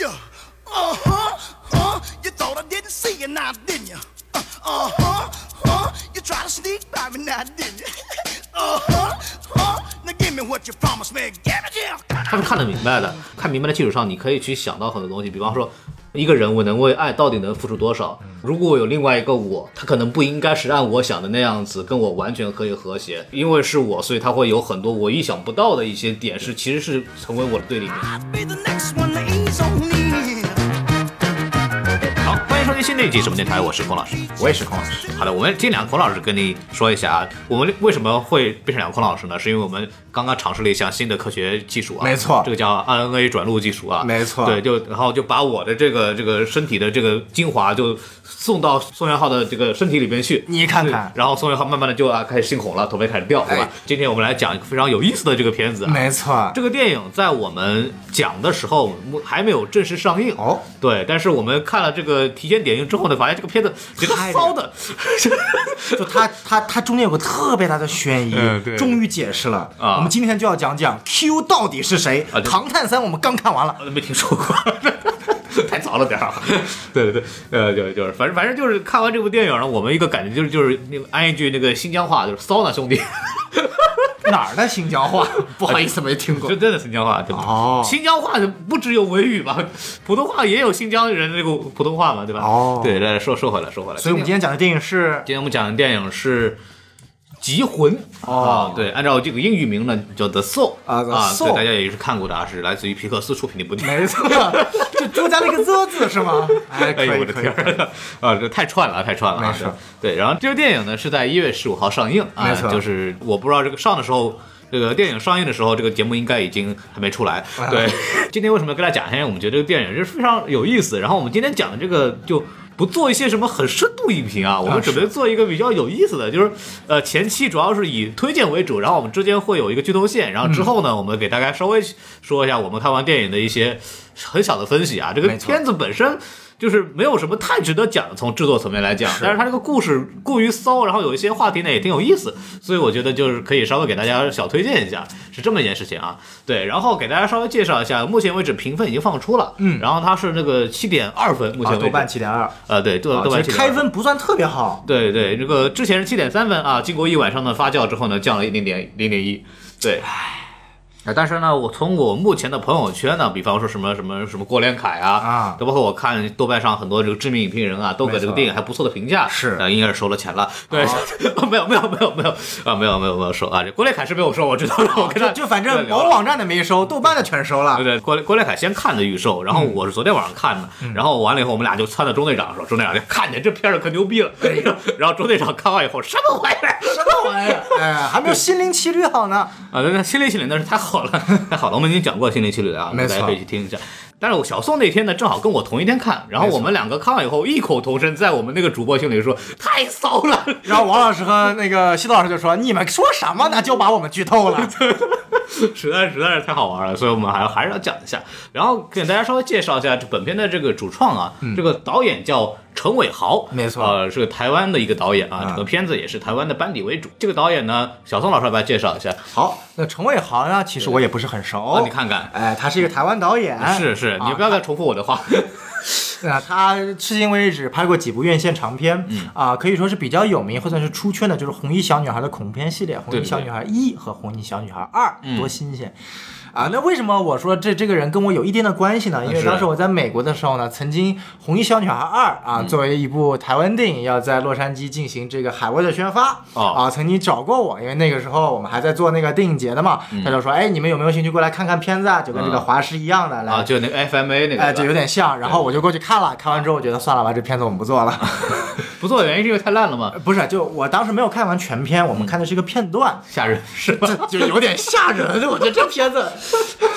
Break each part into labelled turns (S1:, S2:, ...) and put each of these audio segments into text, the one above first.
S1: you. Uh huh, huh. You thought I didn't see you now, didn't you? Uh huh, huh. You tried to sneak by me now, didn't you? Uh huh, huh. Now give me what you promised me. Give it here.
S2: 他是看得明白的，看明白的基础上，你可以去想到很多东西，比方说。一个人，我能为爱到底能付出多少？如果有另外一个我，他可能不应该是按我想的那样子，跟我完全可以和谐，因为是我，所以他会有很多我意想不到的一些点，是其实是成为我的对立面。
S1: I'll be the next one to ease on in.
S3: 好，欢迎收听新的一集什么电台，我是孔老师。
S4: 我也是孔老师。
S3: 好的，我们今天两个孔老师跟你说一下啊，我们为什么会变成两个孔老师呢？是因为我们刚刚尝试了一项新的科学技术啊，
S4: 没错
S3: 这个叫 RNA 转录技术啊，
S4: 没错
S3: 对，就然后就把我的这个这个身体的这个精华就送到宋元浩的这个身体里边去，
S4: 你看看
S3: 对然后宋元浩慢慢的就啊开始猩红了，头发开始掉，对吧？
S4: 哎
S3: 今天我们来讲一个非常有意思的这个片子啊，
S4: 没错，
S3: 这个电影在我们讲的时候还没有正式上映
S4: 哦，
S3: 对，但是我们看了这个提前点映之后呢，发现这个 片子觉得
S4: 太
S3: 骚的，
S4: 就他他他中间有个特别大的悬疑
S3: 嗯对，
S4: 终于解释了。
S3: 啊
S4: 我们今天就要讲讲 Q 到底是谁
S3: 啊。对
S4: 唐探三我们刚看完了，
S3: 我都没听说过， 太早了点儿啊。 对对对，呃，就就是反正反正就是看完这部电影呢，我们一个感觉就是就是那个安一句那个新疆话，就是骚呢兄弟，
S4: 哪儿的新疆 话？不好意思，没听过
S3: 就。真的新疆话，对吧？
S4: 哦
S3: 新疆话就不只有维语吧，普通话也有新疆人的那个普通话嘛，对吧？
S4: 哦
S3: 对，来来说说回来，说回来，
S4: 所以我们今天讲的电影是
S3: 今天我们讲的电影是《极魂》啊，
S4: 哦
S3: 对，按照这个英语名呢叫《The Soul》
S4: 啊，The
S3: 啊，对，
S4: Soul
S3: 大家也是看过的啊，是来自于皮克斯出品的一部电影。
S4: 没错， 就多加了一个 “the” 字是吗？哎，可
S3: 哎
S4: 以
S3: 呦我的
S4: 可
S3: 天
S4: 以。可以
S3: 儿 啊！这太串了，啊，太串了啊！
S4: 没事
S3: 对，对然后这个电影呢是在一月十五号上映啊
S4: 没，错
S3: 就是我不知道这个上的时候，这个电影上映的时候，这个节目应该已经还没出来。
S4: 啊
S3: 对，今天为什么要跟大家讲一下？因为我们觉得这个电影是非常有意思，然后我们今天讲的这个就。不做一些什么很深度影评啊，我们
S4: 啊是
S3: 准备做一个比较有意思的，就是呃前期主要是以推荐为主，然后我们之间会有一个剧透线，然后
S4: 嗯
S3: 之后呢，我们给大家稍微说一下我们看完电影的一些很小的分析啊，这个
S4: 没错
S3: 片子本身就是没有什么太值得讲的，从制作层面来讲，但是它这个故事过于骚，然后有一些话题呢也挺有意思，所以我觉得就是可以稍微给大家小推荐一下，是这么一件事情啊。对，然后给大家稍微介绍一下，目前为止评分已经放出了，嗯，然后它是那个七点二分，目前
S4: 啊，
S3: 为止，
S4: 豆瓣七点二，
S3: 呃，对，豆豆瓣七
S4: 啊其实
S3: 点
S4: 开分不算特别好。
S3: 对对，这个之前是七点三分啊，经过一晚上的发酵之后呢，降了一零点零点一。对，哎，但是呢，我从我目前的朋友圈呢，比方说什么什么什么郭连凯啊，
S4: 啊
S3: 都包括我看豆瓣上很多这个知名影评人啊，都给
S4: 没
S3: 这个
S4: 错
S3: 电影还不错的评价，
S4: 是
S3: 呃，应该是收了钱了。对， 没有没有没有没有啊，没有没有没有收啊，这郭连凯是没有收，我知道了，我跟他
S4: 就就 反
S3: 对啊
S4: 正
S3: 聊了
S4: 某网站的没收，豆瓣的全收了
S3: 对。对，郭郭连凯先看的预售，然后
S4: 嗯
S3: 我是昨天晚上看的，然后完了以后我们俩就撺掇钟队长说，钟队长就看见这片儿可牛逼了， 然后钟队长看完以后什么玩意儿
S4: 什么玩意儿？哎，还没有心灵奇旅好呢。
S3: 啊？那那心灵奇旅那是太好了，太好了，我们已经讲过心灵奇旅了啊，
S4: 没
S3: 大
S4: 错
S3: 家可以去听一下。但是我小宋那天呢，正好跟我同一天看，然后我们两个看完以后异口同声，在我们那个主播群里说太骚了，
S4: 然后王老师和那个西多老师就说：“你们说什么呢？就把我们剧 透了。
S3: 实在实在是太好玩了，所以我们还还是要讲一下。然后给大家稍微介绍一下这本片的这个主创啊，这个导演叫陈伟豪，
S4: 嗯没错
S3: 呃，是个台湾的一个导演啊，
S4: 嗯
S3: 整个片子也是台湾的班底为主。这个导演呢，小宋老师要不要介绍一下？”
S4: 好，那陈伟豪呢？其实我也不是很
S3: 啊
S4: 熟。
S3: 你，看看，
S4: 哎，他是一个台湾导演。
S3: 是是，
S4: 啊
S3: 你不要再重复我的话。
S4: 啊，他至今为止拍过几部院线长片，
S3: 嗯
S4: 啊，可以说是比较有名，或者是出圈的，就是《红衣小女孩》的恐怖片系列，《红
S3: 对
S4: 衣
S3: 对嗯
S4: 小女孩一》和《红衣小女孩二》，多新鲜！啊，那为什么我说这这个人跟我有一定的关系呢？因为
S3: 是
S4: 当时我在美国的时候呢，曾经《红衣小女孩二》啊，
S3: 嗯
S4: 作为一部台湾电影，要在洛杉矶进行这个海外的宣发、
S3: 哦
S4: 啊，曾经找过我，因为那个时候我们还在做那个电影节的嘛，他就说，哎，你们有没有兴趣过来看看片子啊？就跟这个
S3: 嗯
S4: 华师一样的，来
S3: 啊，就那个 FMA 那个，
S4: 哎，就有
S3: 点
S4: 点像。然后我就过去看了，看完之后我觉得算了吧，这片子我们不做了。
S3: 不做的原因是因为太烂了吗？
S4: 不是，就我当时没有看完全片，我们看的是一个片段，
S3: 吓人是吧？
S4: 这就有点吓人。我觉得这片子，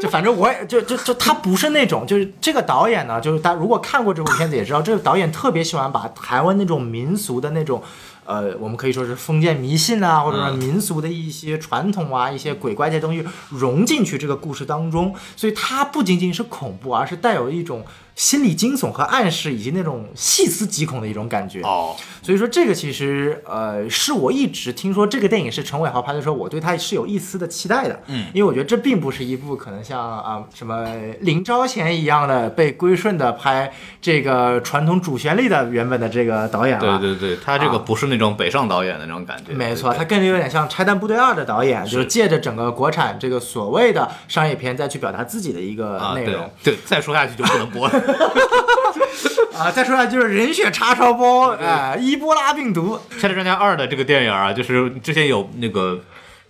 S4: 就反正我也就就就他不是那种，就是这个导演呢，就是大家如果看过这部片子也知道，这个导演特别喜欢把台湾那种民俗的那种。呃，我们可以说是封建迷信啊，或者说民俗的一些传统啊、一些鬼怪这些东西融进去这个故事当中，所以它不仅仅是恐怖，而是带有一种心理惊悚和暗示，以及那种细思极恐的一种感觉。
S3: 哦，
S4: 所以说这个其实呃是我一直听说这个电影是陈伟豪拍的时候，我对他是有一丝的期待的。嗯，因为我觉得这并不是一部可能像啊、什么林超贤一样的被归顺的拍这个传统主旋律的原本的这个导演
S3: 对
S4: 了。
S3: 对对，他这个不是那种北上导演的那种感觉，
S4: 啊没错，
S3: 对
S4: 他更有点像《拆弹部队二》的导演，就是
S3: 是
S4: 借着整个国产这个所谓的商业片，再去表达自己的一个
S3: 啊，
S4: 呃内容
S3: 对。对，再说下去就不能播了。
S4: 啊，再说下就是人血叉烧包，哎、伊波拉病毒，
S3: 《夏日专家二》的这个电影啊，就是之前有那个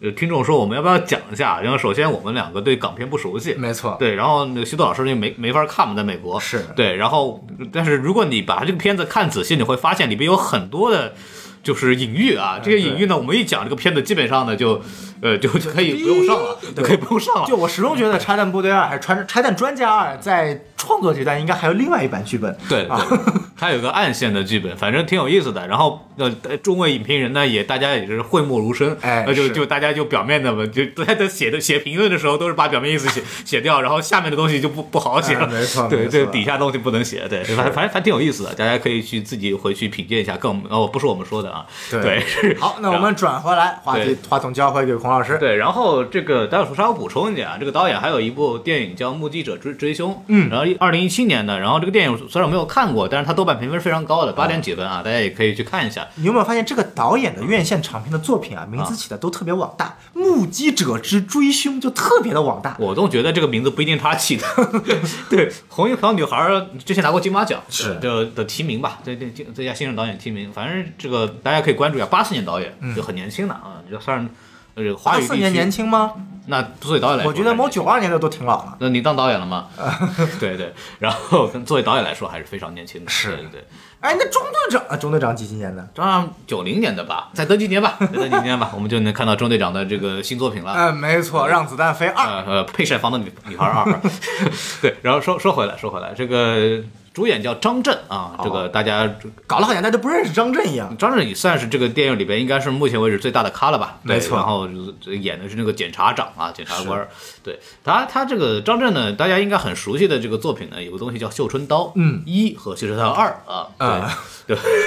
S3: 呃听众说我们要不要讲一下，然后首先我们两个对港片不熟悉，
S4: 没错，
S3: 对，然后那个徐导老师就没没法看嘛，在美国
S4: 是
S3: 对，然后但是如果你把这个片子看仔细，你会发现里边有很多的。就是隐喻
S4: 哎
S3: 啊，这个隐喻呢，我们一讲这个片子，基本上呢就，呃，就就可以不用上了，就可以不用上了。
S4: 就我始终觉得《拆弹部队二》还是《拆拆弹专家二》在创作阶段应该还有另外一版剧本。
S3: 嗯
S4: 啊
S3: 对对， 它有个暗线的剧本，反正挺有意思的。然后呃，中位影评人呢也大家也是讳莫如深，
S4: 哎
S3: 那就是就大家就表面的嘛，就 大家写的写评论的时候都是把表面意思写 写掉，然后下面的东西就不不好写了。
S4: 哎没 错没
S3: 对，
S4: 错
S3: 这底下东西不能写，对，反正反正反正挺有意思的，大家可以去自己回去品鉴一下。更哦，不是我们说的啊，
S4: 对
S3: 对， 是
S4: 好，那我们转回来，话题
S3: 对
S4: 话筒交回给孔老师。
S3: 对，然后这个待会儿稍微补充一点啊，这个导演还有一部电影叫《目击者追追凶》，嗯，然后二零一七年的，然后这个电影虽然我没有看过，但是它豆瓣评分非常高的，八点几分啊，大家也可以去看一下。
S4: 你有没有发现这个导演的院线长片的作品啊，名字起的都特别网大，目击者之追凶》就特别的网大。
S3: 我总觉得这个名字不一定他起的， 对，《红衣服小女孩》之前拿过金马奖
S4: 是
S3: 的的提名吧，最最最佳新人导演提名，反正这个大家可以关注一下，八四年导演就很年轻的啊，就算呃华
S4: 嗯八
S3: 语地
S4: 四
S3: 区
S4: 年年轻吗？
S3: 那作为导演来说，
S4: 我觉得某
S3: 还是
S4: 九二年的都挺老了。
S3: 那你当导演了吗？对对，然后跟作为导演来说还是非常年轻的，是对对。
S4: 哎，那中队长啊，中队长几几年的？
S3: 当然九零年的吧，再等几年吧，再等几年吧，我们就能看到中队长的这个新作品了。
S4: 哎，没错，《让子弹飞二》
S3: 呃呃，配晒房的女女孩二， 对，然后说说回来，说回来，这个主演叫张震啊，这个大家
S4: 搞了好像大家不认识张震一样。
S3: 张震也算是这个电影里边应该是目前为止最大的咖了吧？对
S4: 没错
S3: 然后就是演的是那个检察长啊，检察官儿。对他，他这个张震呢，大家应该很熟悉的这个作品呢，有个东西叫《绣春刀》
S4: 嗯
S3: 一和《绣春刀二》啊。
S4: 啊
S3: 对，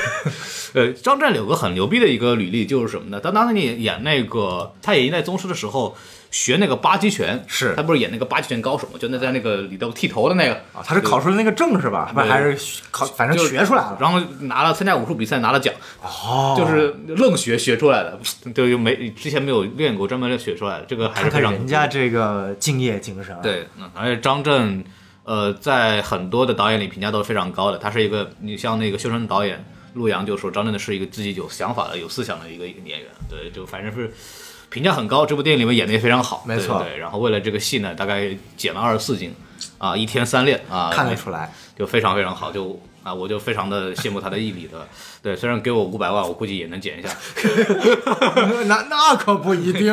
S3: 对，呃，张震有个很牛逼的一个履历就是什么呢？他当年演那个他演一代宗师的时候。学那个八极拳，
S4: 是
S3: 他不是演那个八极拳高手吗？就那在那个里头剃头的那个，
S4: 啊，他是考出了那个证是吧？不是还是考，反正
S3: 就是
S4: 学出来了。
S3: 然后拿了参加武术比赛拿了奖，
S4: 哦
S3: 就是愣学学出来的， 就就没之前没有练过，专门学出来的，这个还是
S4: 看
S3: 非
S4: 看
S3: 常
S4: 人家这个敬业精神啊。
S3: 对，嗯而且张震，呃，在很多的导演里评价都是非常高的，他是一个你像那个修成导演陆阳就说张震的是一个自己有想法的、有思想的一个演员，对，就反正是。评价很高，这部电影里面演的也非常好，
S4: 没
S3: 对
S4: 错
S3: 对。然后为了这个戏呢，大概减了二十四斤，啊，一天三练啊，
S4: 看得出来。
S3: 就非常非常好，就啊，我就非常的羡慕他的毅力的。对，虽然给我五百万，我估计也能减一下
S4: 那那可不一定。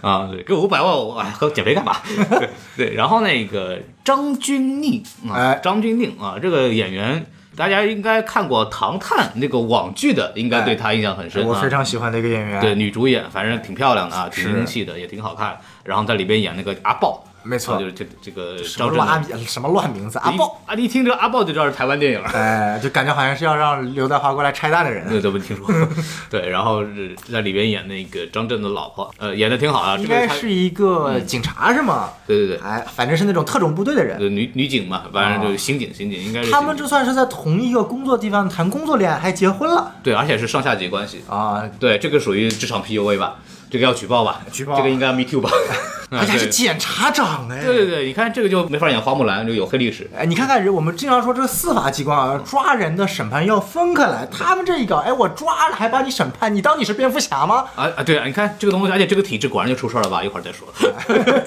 S3: 啊。对，给我五百万，我哎，和减肥干嘛？对对。然后那个张钧甯啊
S4: 哎，
S3: 张钧甯啊，这个演员。大家应该看过《唐探》那个网剧的，应该对他印象很深、啊
S4: 哎我非常喜欢的一个演员。
S3: 对，女主演，反正挺漂亮的啊，挺
S4: 是
S3: 英气的，也挺好看。然后在里边演那个阿豹，
S4: 没错
S3: 啊就是这这个
S4: 什
S3: 张
S4: 么
S3: 震
S4: 乱
S3: 的
S4: 名什么乱名字阿豹，
S3: 啊，你一听这个阿豹就知道是台湾电影了。
S4: 哎，就感觉好像是要让刘德华过来拆弹 的人。
S3: 对，都没听说。 对，然后是在里边演那个张震的老婆，呃，演的挺好啊。这
S4: 应
S3: 个
S4: 该
S3: 她
S4: 是一个警察是吗？
S3: 对对对
S4: 哎，反正是那种特种部队的人。
S3: 对，女女警嘛，反正就是刑警，刑警应该是
S4: 哦他们
S3: 刑
S4: 就
S3: 警
S4: 算是在同一个工作地方谈工作恋爱，还结婚了
S3: 对，而且是上下级关系。
S4: 啊，
S3: 对，这个属于职场 PUA 吧，这个要举报吧，
S4: 举报
S3: 这个应该 Me Too 吧。啊
S4: 而 且还是
S3: 对
S4: 检察长哎。
S3: 对对对，你看这个就没法演花木兰，就有黑历史。
S4: 哎，你看看人，我们经常说这个司法机关啊，抓人的审判要分开来。他们这一搞，哎，我抓了还把你审判，你当你是蝙蝠侠吗？
S3: 啊啊，对啊，你看这个东西，而且这个体制果然就出事儿了吧？一会儿再说。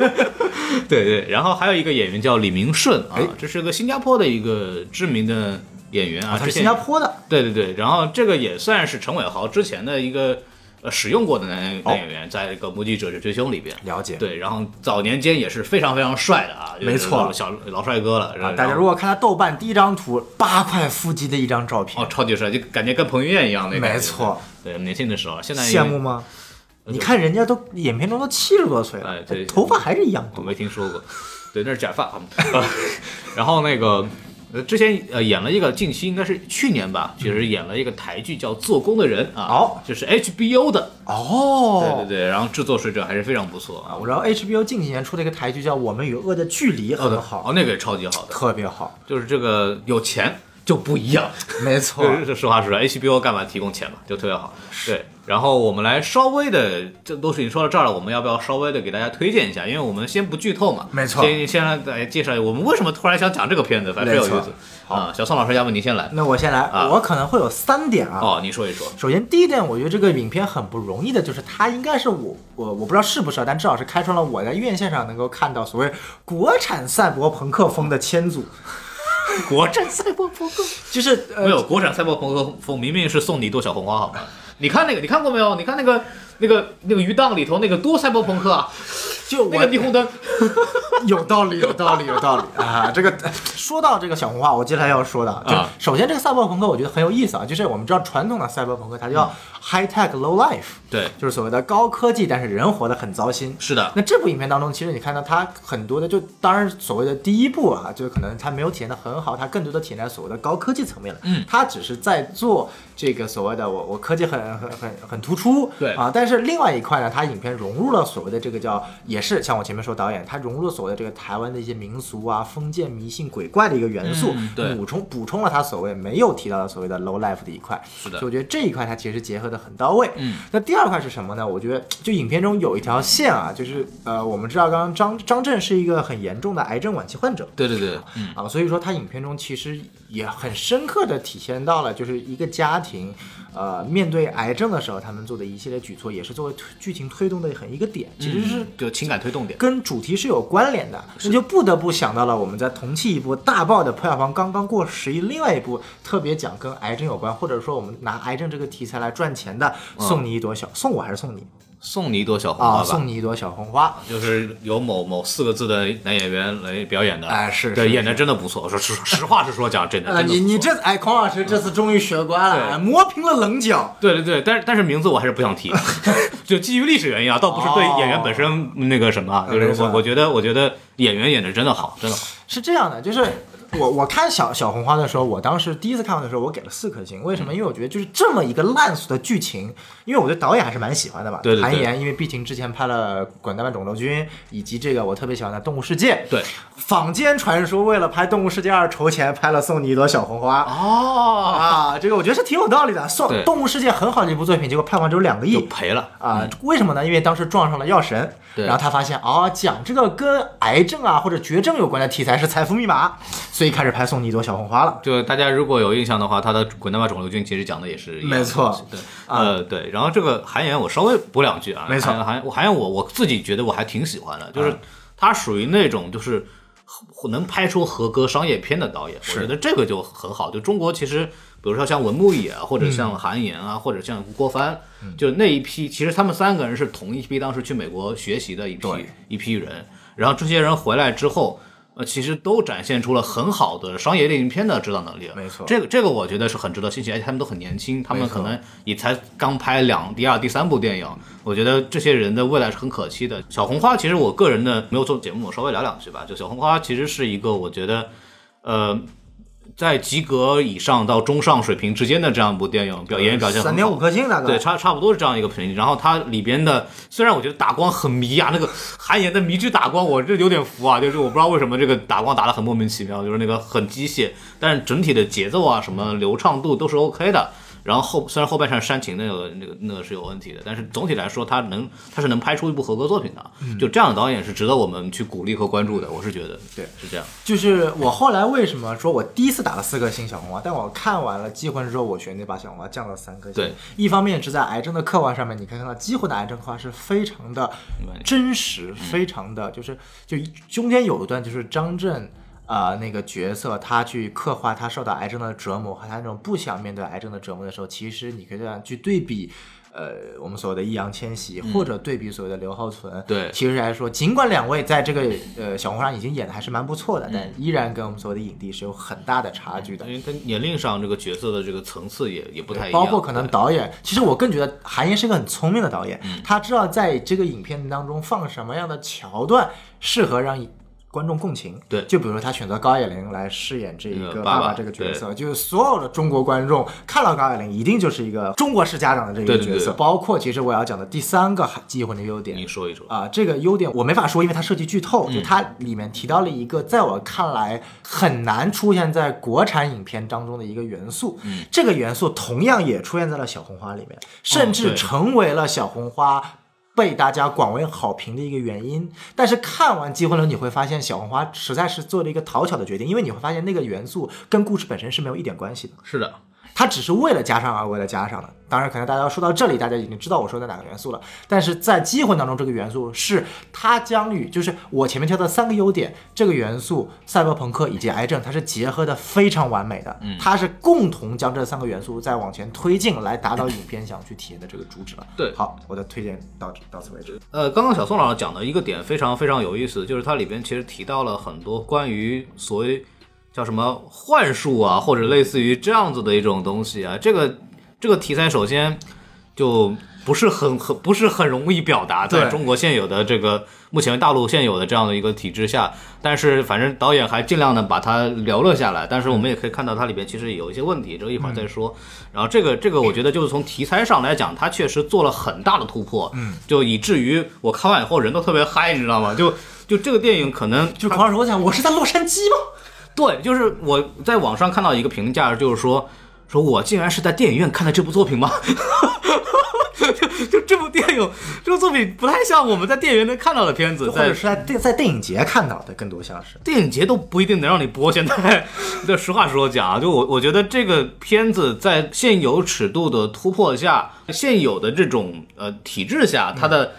S3: 对对，然后还有一个演员叫李明顺
S4: 哎
S3: 啊，这是个新加坡的一个知名的演员啊，
S4: 哦
S3: 之
S4: 他是
S3: 前
S4: 新加坡的，
S3: 对对对，然后这个也算是陈伟豪之前的一个呃使用过的男男演员，在一个《目击者是追凶》里边。
S4: 哦了解
S3: 对，然后早年间也是非常非常帅的啊，就是
S4: 没错
S3: 小老帅哥了。然
S4: 啊！
S3: 后
S4: 大家如果看他豆瓣第一张图，八块腹肌的一张照片，
S3: 哦，超级帅，就感觉跟彭于晏一样那感觉
S4: 没错，
S3: 对，年轻的时候，现在因为
S4: 羡慕吗？你看人家都影片中都七十多岁了，
S3: 哎对
S4: 头发还是一样
S3: 我
S4: 多。
S3: 没听说过，对，那是假发。 啊然后那个呃，之前呃演了一个，近期应该是去年吧，其实演了一个台剧叫《做工的人》啊，
S4: 嗯哦
S3: 就是 HBO 的，
S4: 哦，
S3: 对对对，然后制作水准还是非常不错啊，
S4: 啊，然后 HBO 近几年出了一个台剧叫《我们与恶的距离》，很好，
S3: 哦，那个也超级好的，
S4: 特 别好，
S3: 就是这个有钱就不一样。
S4: 没错
S3: 对， 这实话实说，HBO 干嘛提供钱嘛，就特别好。对，然后我们来稍微的，这都是已经说到这儿了，我们要不要稍微的给大家推荐一下？因为我们先不剧透嘛，
S4: 没错
S3: 先先让大家介绍一下我们为什么突然想讲这个片子，反正有意
S4: 没
S3: 思
S4: 错。嗯
S3: 啊、小宋老师，要不你先来？
S4: 那我先来，
S3: 啊
S4: 我可能会有三点啊。
S3: 哦，你说一 说。
S4: 首先，第一点，我觉得这个影片很不容易的，就是它应该是我我我不知道是不是啊，但至少是开创了我在院线上能够看到所谓国产赛博朋克风的先祖，
S3: 国产赛博朋克
S4: 就是呃
S3: 没有国产赛博朋克风，明明是送你一朵小红花，好吗？你看那个，你看过没有？你看那个那个那个鱼档里头那个多赛博朋克啊，
S4: 就我
S3: 那个霓虹灯，
S4: 有道理，有道理，有道理啊！这个说到这个小红花，我接下来要说的，就
S3: 啊
S4: 首先这个赛博朋克，我觉得很有意思啊，就是我们知道传统的赛博朋克，它叫 high tech low life，
S3: 对
S4: 就是所谓的高科技，但是人活得很糟心。
S3: 是的
S4: 那这部影片当中，其实你看到它很多的，就当然所谓的第一部啊，就是可能它没有体现的很好，它更多的体现在所谓的高科技层面了。嗯，它只是在做这个所谓的我我科技很很很很突出，
S3: 对
S4: 啊，但是另外一块呢，它影片融入了所谓的这个叫，也是像我前面说导演，它融入了所谓的这个台湾的一些民俗啊、封建迷信、鬼怪的一个元素，
S3: 嗯对
S4: 补充补充了它所谓没有提到的所谓的 low life 的一块。
S3: 是的
S4: 所以我觉得这一块它其实结合的很到位。嗯，那第二块是什么呢？我觉得就影片中有一条线啊，就是呃，我们知道刚刚张张震是一个很严重的癌症晚期患者。
S3: 对对对，
S4: 啊，所以说他影片中其实也很深刻的体现到了，就是一个家庭，呃，面对癌症的时候，他们做的一系列举措，也是作为推剧情推动的很一个点，其实是
S3: 就情感推动点。
S4: 跟主题是有关联的，那就不得不想到了我们在同期一部大爆的《票房刚刚过十亿》，另外一部特别讲跟癌症有关，或者说我们拿癌症这个题材来赚钱的，送你一朵小，送我还是送你
S3: 送你一朵小红
S4: 啊？
S3: 花吧，
S4: 送你一朵小红花。
S3: 就是由某某四个字的男演员来表演的，
S4: 哎是
S3: 对，
S4: 是
S3: 演的真的不错。我说实实话实说讲，真的，
S4: 啊，
S3: 真的
S4: 你
S3: 不
S4: 你
S3: 错
S4: 这哎，孔老师这次终于学乖了，磨平了棱角。
S3: 对对对，但是但是名字我还是不想 提，就基于历史原因啊，倒不是对
S4: 哦
S3: 演员本身那个什么啊，
S4: 嗯
S3: 就
S4: 没
S3: 是
S4: 错
S3: 我我觉得我觉得演员演的真的好，真的好。
S4: 是这样的，就是我我看小小红花的时候，我当时第一次看完的时候，我给了四颗星。为
S3: 嗯
S4: 什么？因为我觉得就是这么一个烂俗的剧情，因为我对导演还是蛮喜欢的嘛。
S3: 对对对
S4: 韩延，因为毕竟之前拍了《滚蛋吧，肿瘤君》，以及这个我特别喜欢的《动物世界》。
S3: 对，
S4: 坊间传说为了拍《动物世界二》筹钱，拍了《送你一朵小红花》。
S3: 哦，
S4: 啊，这个我觉得是挺有道理的。送
S3: 对
S4: 《动物世界》很好的一部作品，结果票房只有两个亿，
S3: 就赔了。
S4: 啊、为什么呢？因为当时撞上了药神，
S3: 嗯对
S4: 然后他发现哦，讲这个跟癌症啊或者绝症有关的题材是财富密码，所以开始拍送你一朵小红花了。
S3: 就大家如果有印象的话，他的《滚蛋吧肿瘤君》其实讲的也是一样的
S4: 没错啊
S3: 东西对，呃，对。然后这个韩延，我稍微补两句啊，
S4: 没错嗯
S3: 韩韩我韩延我我自己觉得我还挺喜欢的，就是他属于那种就是能拍出合格商业片的导演，我觉得这个就很好。就中国其实，比如说像文牧野啊，或
S4: 嗯
S3: 者像韩延啊，或者像郭帆，就那一批，其实他们三个人是同一批当时去美国学习的一批
S4: 对
S3: 一批人。然后这些人回来之后，呃，其实都展现出了很好的商业电影片的指导能力。
S4: 没错
S3: 这个这个我觉得是很值得欣喜，而且他们都很年轻，他们
S4: 没错
S3: 可能也才刚拍两、第二、第三部电影，我觉得这些人的未来是很可期的。小红花，其实我个人呢没有做节目，我稍微聊两句吧。就小红花其实是一个我觉得，呃。在及格以上到中上水平之间的这样一部电影，表演表现很
S4: 三
S3: 好
S4: 点五颗星大概。
S3: 对，差差不多是这样一个频率。然后它里边的，虽然我觉得打光很迷啊，那个韩延的迷之打光，我这有点服啊，就是我不知道为什么这个打光打得很莫名其妙，就是那个很机械，但是整体的节奏啊，什么流畅度都是 OK 的。然后后虽然后半场煽情那个那个那个是有问题的，但是总体来说，他能他是能拍出一部合格作品的，
S4: 嗯
S3: 就这样的导演是值得我们去鼓励和关注的，我是觉得
S4: 对
S3: 是这样。
S4: 就是我后来为什么说我第一次打了四颗星小红花，但我看完了《机魂》之后，我选那把小红花降到三颗星。
S3: 对，
S4: 一方面是在癌症的刻画上面，你可以看到《机魂》的癌症刻画是非常的真实，非常
S3: 嗯
S4: 的就是就中间有一段就是张震。啊、那个角色他去刻画他受到癌症的折磨和他那种不想面对癌症的折磨的时候，其实你可以这样去对比，呃我们所谓的易烊千玺，或者对比所谓的刘浩存，
S3: 嗯对
S4: 其实来说，尽管两位在这个
S3: 嗯
S4: 呃小红书上已经演的还是蛮不错的，但依然跟我们所谓的影帝是有很大的差距的
S3: 因。为他年龄上这个角色的这个层次也也不太一样，
S4: 包括可能导演，其实我更觉得韩延是个很聪明的导演，
S3: 嗯
S4: 他知道在这个影片当中放什么样的桥段适合让观众共情。
S3: 对
S4: 就比如说他选择高野玲来饰演这
S3: 这
S4: 一个
S3: 个爸爸
S4: 爸这个角色，就是所有的中国观众看到高野玲一定就是一个中国式家长的这
S3: 对
S4: 个
S3: 对
S4: 角色。
S3: 对
S4: 包括其实我要讲的第三个记忆魂的优点，
S3: 你说一说，
S4: 啊、这个优点我没法说，因为它涉及剧透。就它里面提到了一个在我看来很难出现在国产影片当中的一个元素，这个元素同样也出现在了小红花里面，甚至
S3: 对
S4: 成为了小红花。被大家广为好评的一个原因，但是看完《机会了》，你会发现小红花实在是做了一个讨巧的决定，因为你会发现那个元素跟故事本身是没有一点关系的。
S3: 是的，
S4: 它只是为了加上而为了加上的。当然，可能大家说到这里，大家已经知道我说的哪个元素了。但是在机魂当中，这个元素是它将与就是我前面挑的三个优点，这个元素赛博朋克以及癌症，它是结合的非常完美
S3: 嗯
S4: 的。它是共同将这三个元素再往前推进，来达到影片想去体验的这个主旨了。
S3: 对
S4: 好，我的推荐到到此为止。
S3: 呃，刚刚小宋老师讲的一个点非常非常有意思，就是它里边其实提到了很多关于所谓叫什么幻术啊，或者类似于这样子的一种东西啊。这个这个题材首先就不是很很不是很容易表达，在
S4: 对
S3: 中国现有的这个目前大陆现有的这样的一个体制下，但是反正导演还尽量的把它聊了下来。但是我们也可以看到它里边其实有一些问题，这个一会儿再说。然后这个这个我觉得就是从题材上来讲，它确实做了很大的突破，嗯，就以至于我看完以后人都特别嗨，你知道吗？就就这个电影可能
S4: 就狂老师，我想我是在洛杉矶吗？
S3: 对，就是我在网上看到一个评价，就是说，说我竟然是在电影院看的这部作品吗？ 就就这部电影，这部作品不太像我们在电影院能看到的片子，
S4: 或者
S3: 在
S4: 是在电在电影节看到的，更多像是。
S3: 电影节都不一定能让你播。现 在，就实话实说讲啊，就我我觉得这个片子在现有尺度的突破下，现有的这种呃体制下，它的。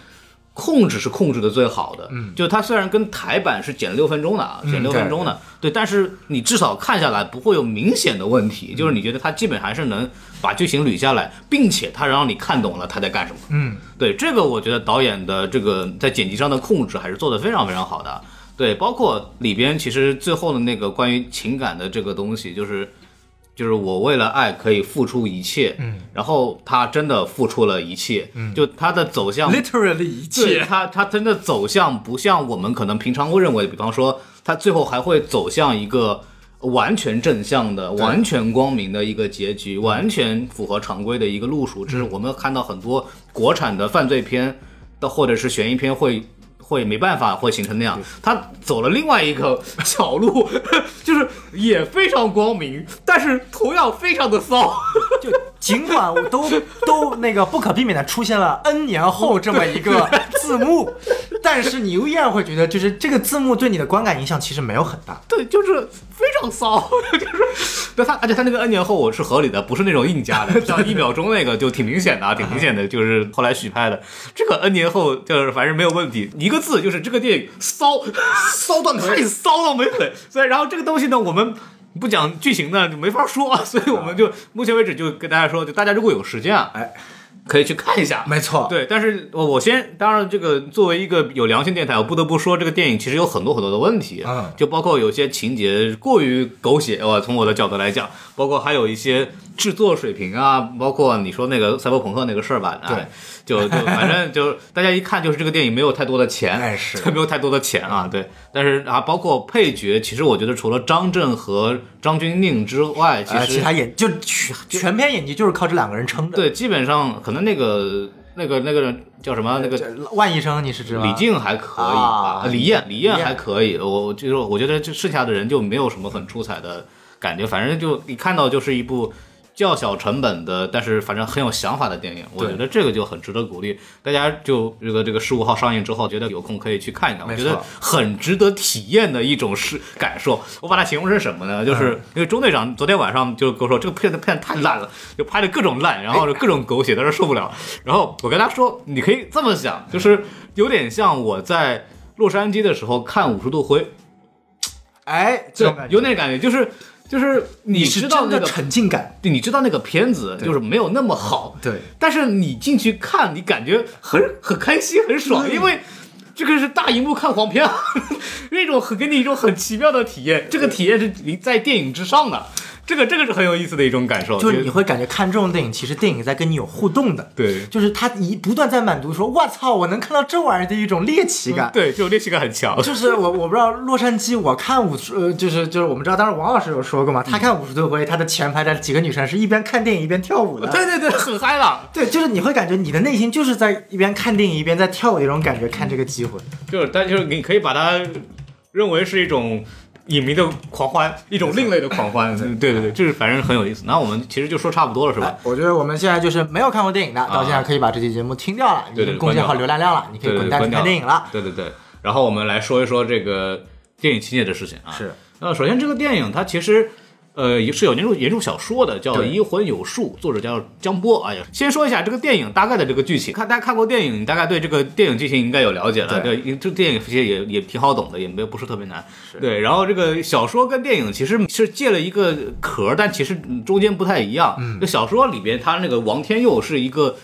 S3: 控制是控制的最好的，嗯，就它虽然跟台版是减六分钟的啊，减六分钟的，对，但是你至少看下来不会有明显的问题，就是你觉得它基本还是能把剧情捋下来，并且它让你看懂了他在干什么，嗯，对，这个我觉得导演的这个在剪辑上的控制还是做得非常非常好的，对，包括里边其实最后的那个关于情感的这个东西，就是就是我为了爱可以付出一切，嗯，然后他真的付出了一切，嗯，就他的走向
S4: Literally 一
S3: 对，他他真的走向不像我们可能平常会认为，比方说他最后还会走向一个完全正向的、完全光明的一个结局，完全符合常规的一个路数。这是我们看到很多国产的犯罪片的或者是悬疑片会。会没办法，会形成那样。他走了另外一个小路， 就是也非常光明，但是同样非常的骚。
S4: 就尽管我都 都那个不可避免的出现了 n 年后这么一个字幕，但是你依然会觉得，就是这个字幕对你的观感影响其实没有很大。
S3: 对，就是非常骚， 就是，对他，而且他那个 N 年后我是合理的，不是那种硬加的，像一秒钟那个就挺明显的，啊，挺明显的，就是后来续拍的。这个 N 年后就是反正没有问题，一个字就是这个电影骚， 骚到太骚到没腿。所以然后这个东西呢，我们。不讲剧情呢就没法说，所以我们就目前为止就跟大家说，就大家如果有时间啊，
S4: 哎，
S3: 可以去看一下，
S4: 没错，
S3: 对，但是我我先，当然这个作为一个有良心电台，我不得不说，这个电影其实有很多很多的问题，
S4: 嗯
S3: 就包括有些情节过于狗血，我从我的角度来讲，包括还有一些制作水平啊，包括你说那个赛博朋克那个事儿吧，对，就就反正就大家一看就是这个电影没有太多的钱，
S4: 哎是
S3: 没有太多的钱啊，对，但是啊，包括配角，其实我觉得除了张震和张钧甯之外，其
S4: 呃，
S3: 实
S4: 其他演就全全篇演技就是靠这两个人撑的。，
S3: 对，基本上可能那个那个那个叫什么
S4: 呃
S3: 那个。
S4: 万医生你是知道吗
S3: 李静还可以
S4: 啊
S3: 李艳李艳
S4: 李艳
S3: 还可以，我我就是我觉得这剩下的人就没有什么很出彩的感觉，反正就一看到就是一部较小成本的，但是反正很有想法的电影，我觉得这个就很值得鼓励大家。就这个这个十五号上映之后，觉得有空可以去看一看，我
S4: 没
S3: 觉
S4: 错
S3: 得很值得体验的一种是感受。我把它形容成什么
S4: 嗯
S3: 呢？就是因为钟队长昨天晚上就跟我说，这个片子片子太烂了，就拍的各种
S4: 哎
S3: 烂，然后就各种狗血，他说受不了。然后我跟他说，你可以这么想，
S4: 嗯
S3: 就是有点像我在洛杉矶的时候看《五十度灰》，
S4: 哎，
S3: 对
S4: 这种，感觉
S3: 有那感觉，就是就是你
S4: 是
S3: 知道
S4: 真
S3: 那
S4: 的
S3: 个
S4: 沉浸感，
S3: 对，你知道那个片子就是没有那么好，
S4: 对
S3: 但是你进去看，你感觉很很开心、很爽，因为这个是大荧幕看黄片啊， 那种很给你一种很奇妙的体验，这个体验是你在电影之上的，这个这个是很有意思的一种感受，
S4: 就是你会感觉看这种电影，其实电影在跟你有互动的，
S3: 对
S4: 就是他一不断在满足说，我操，我能看到这玩意儿的一种猎奇感。
S3: 对，就猎奇感很强，
S4: 就是我我不知道洛杉矶，我看五十呃，就是就是我们知道，当时王老师有说过嘛，他看《五十度灰》，他的前排的几个女生是一边看电影一边跳舞的。
S3: 对对对，很嗨了。
S4: 对，就是你会感觉你的内心就是在一边看电影一边在跳舞的一种感觉，看这个机会。
S3: 就是，但就是你可以把它认为是一种影迷的狂欢，一种另类的狂欢。对对对，这是反正很有意思。那我们其实就说差不多了，是吧？
S4: 我觉得我们现在就是没有看过电影的，到现在可以把这期节目听掉了，已
S3: 对对
S4: 经贡献好
S3: 关掉
S4: 浏览量了，你可
S3: 对对
S4: 以滚
S3: 对，
S4: 蛋去
S3: 关掉
S4: 看电影了。。
S3: 对对对，然后我们来说一说这个电影情节的事情啊。
S4: 是，
S3: 呃，首先这个电影它其实。呃，是有原著原著小说的，叫《
S4: 对
S3: 移魂有术》，作者叫江波。哎呀，先说一下这个电影大概的这个剧情。看大家看过电影，你大概对这个电影剧情应该有了解了。
S4: 对
S3: 对，这电影其实也也挺好懂的，也没有不是特别难。对，然后这个小说跟电影其实是借了一个壳，但其实嗯中间不太一样。嗯，小说里边他那个王天佑是一个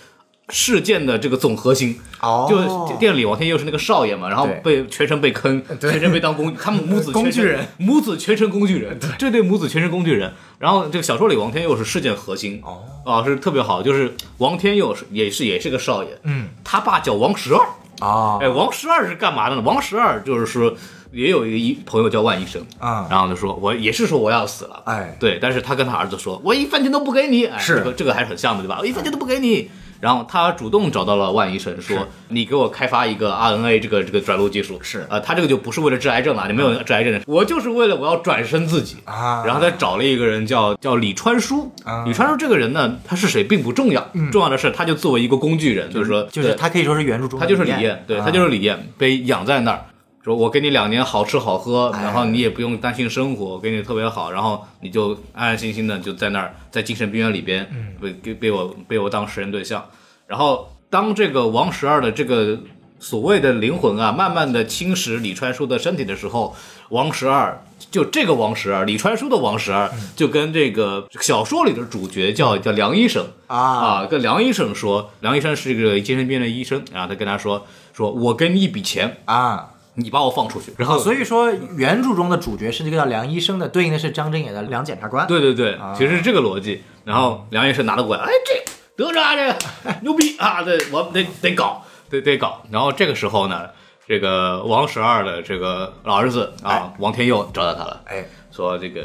S3: 事件的这个总核心。
S4: 哦，
S3: 就电影里王天佑是那个少爷嘛，然后
S4: 对
S3: 被全程被坑，
S4: 对
S3: 全程被当工，他们母子
S4: 工具人
S3: 全程，母子全程工具人，这对母子全程工具人。然后这个小说里王天佑是事件核心，
S4: 哦
S3: 啊是特别好，就是王天佑是也是也是个少爷，
S4: 嗯，
S3: 他爸叫王十二，
S4: 哦，
S3: 哎，王十二是干嘛的呢？王十二就是说也有一个朋友叫万医生
S4: 啊
S3: 然后就说我也是说我要死了，
S4: 哎
S3: 对，但是他跟他儿子说，我一分钱都不给你，哎，
S4: 是
S3: 这个这个还是很像的，对吧？我一分钱都不给你。然后他主动找到了万医生，说：“你给我开发一个 RNA 这个这个转录技术。”
S4: 是嗯
S3: 呃，他这个就不是为了治癌症了，你没有治癌症的，我就是为了我要转身自己
S4: 啊
S3: 然后他找了一个人叫叫李川书，
S4: 啊嗯
S3: 李川书这个人呢，他是谁并不重要，重要的是他就作为一个工具人，就是说，
S4: 就是
S3: 对
S4: 他可以说是原著中
S3: 他
S4: 的
S3: 就是李艳
S4: 艳，，
S3: 对
S4: 啊
S3: 他就是李艳，被养在那儿。说我给你两年好吃好喝，
S4: 哎
S3: 然后你也不用担心生活，我给你特别好，然后你就安安心心的就在那儿，在精神病院里边
S4: 嗯
S3: 被被被我被我当实验对象。然后当这个王十二的这个所谓的灵魂啊，慢慢的侵蚀李川书的身体的时候，王十二就这个王十二，李川书的王十二，
S4: 嗯
S3: 就跟这个小说里的主角叫叫梁医生
S4: 啊
S3: 啊，跟梁医生说，梁医生是个精神病的医生，然后他跟他说，说我给你一笔钱，
S4: 啊。
S3: 你把我放出去，然后
S4: 哦，所以说原著中的主角是这个叫梁医生的，对应的是张震演的梁检察官。，
S3: 对对对，其实是这个逻辑。然后梁医生拿了啊过来，哎，这得着啊，这个牛逼啊，这我们得得搞，得得搞。然后这个时候呢，这个王十二的这个老儿子啊，王天佑找到他了，
S4: 哎，
S3: 说这个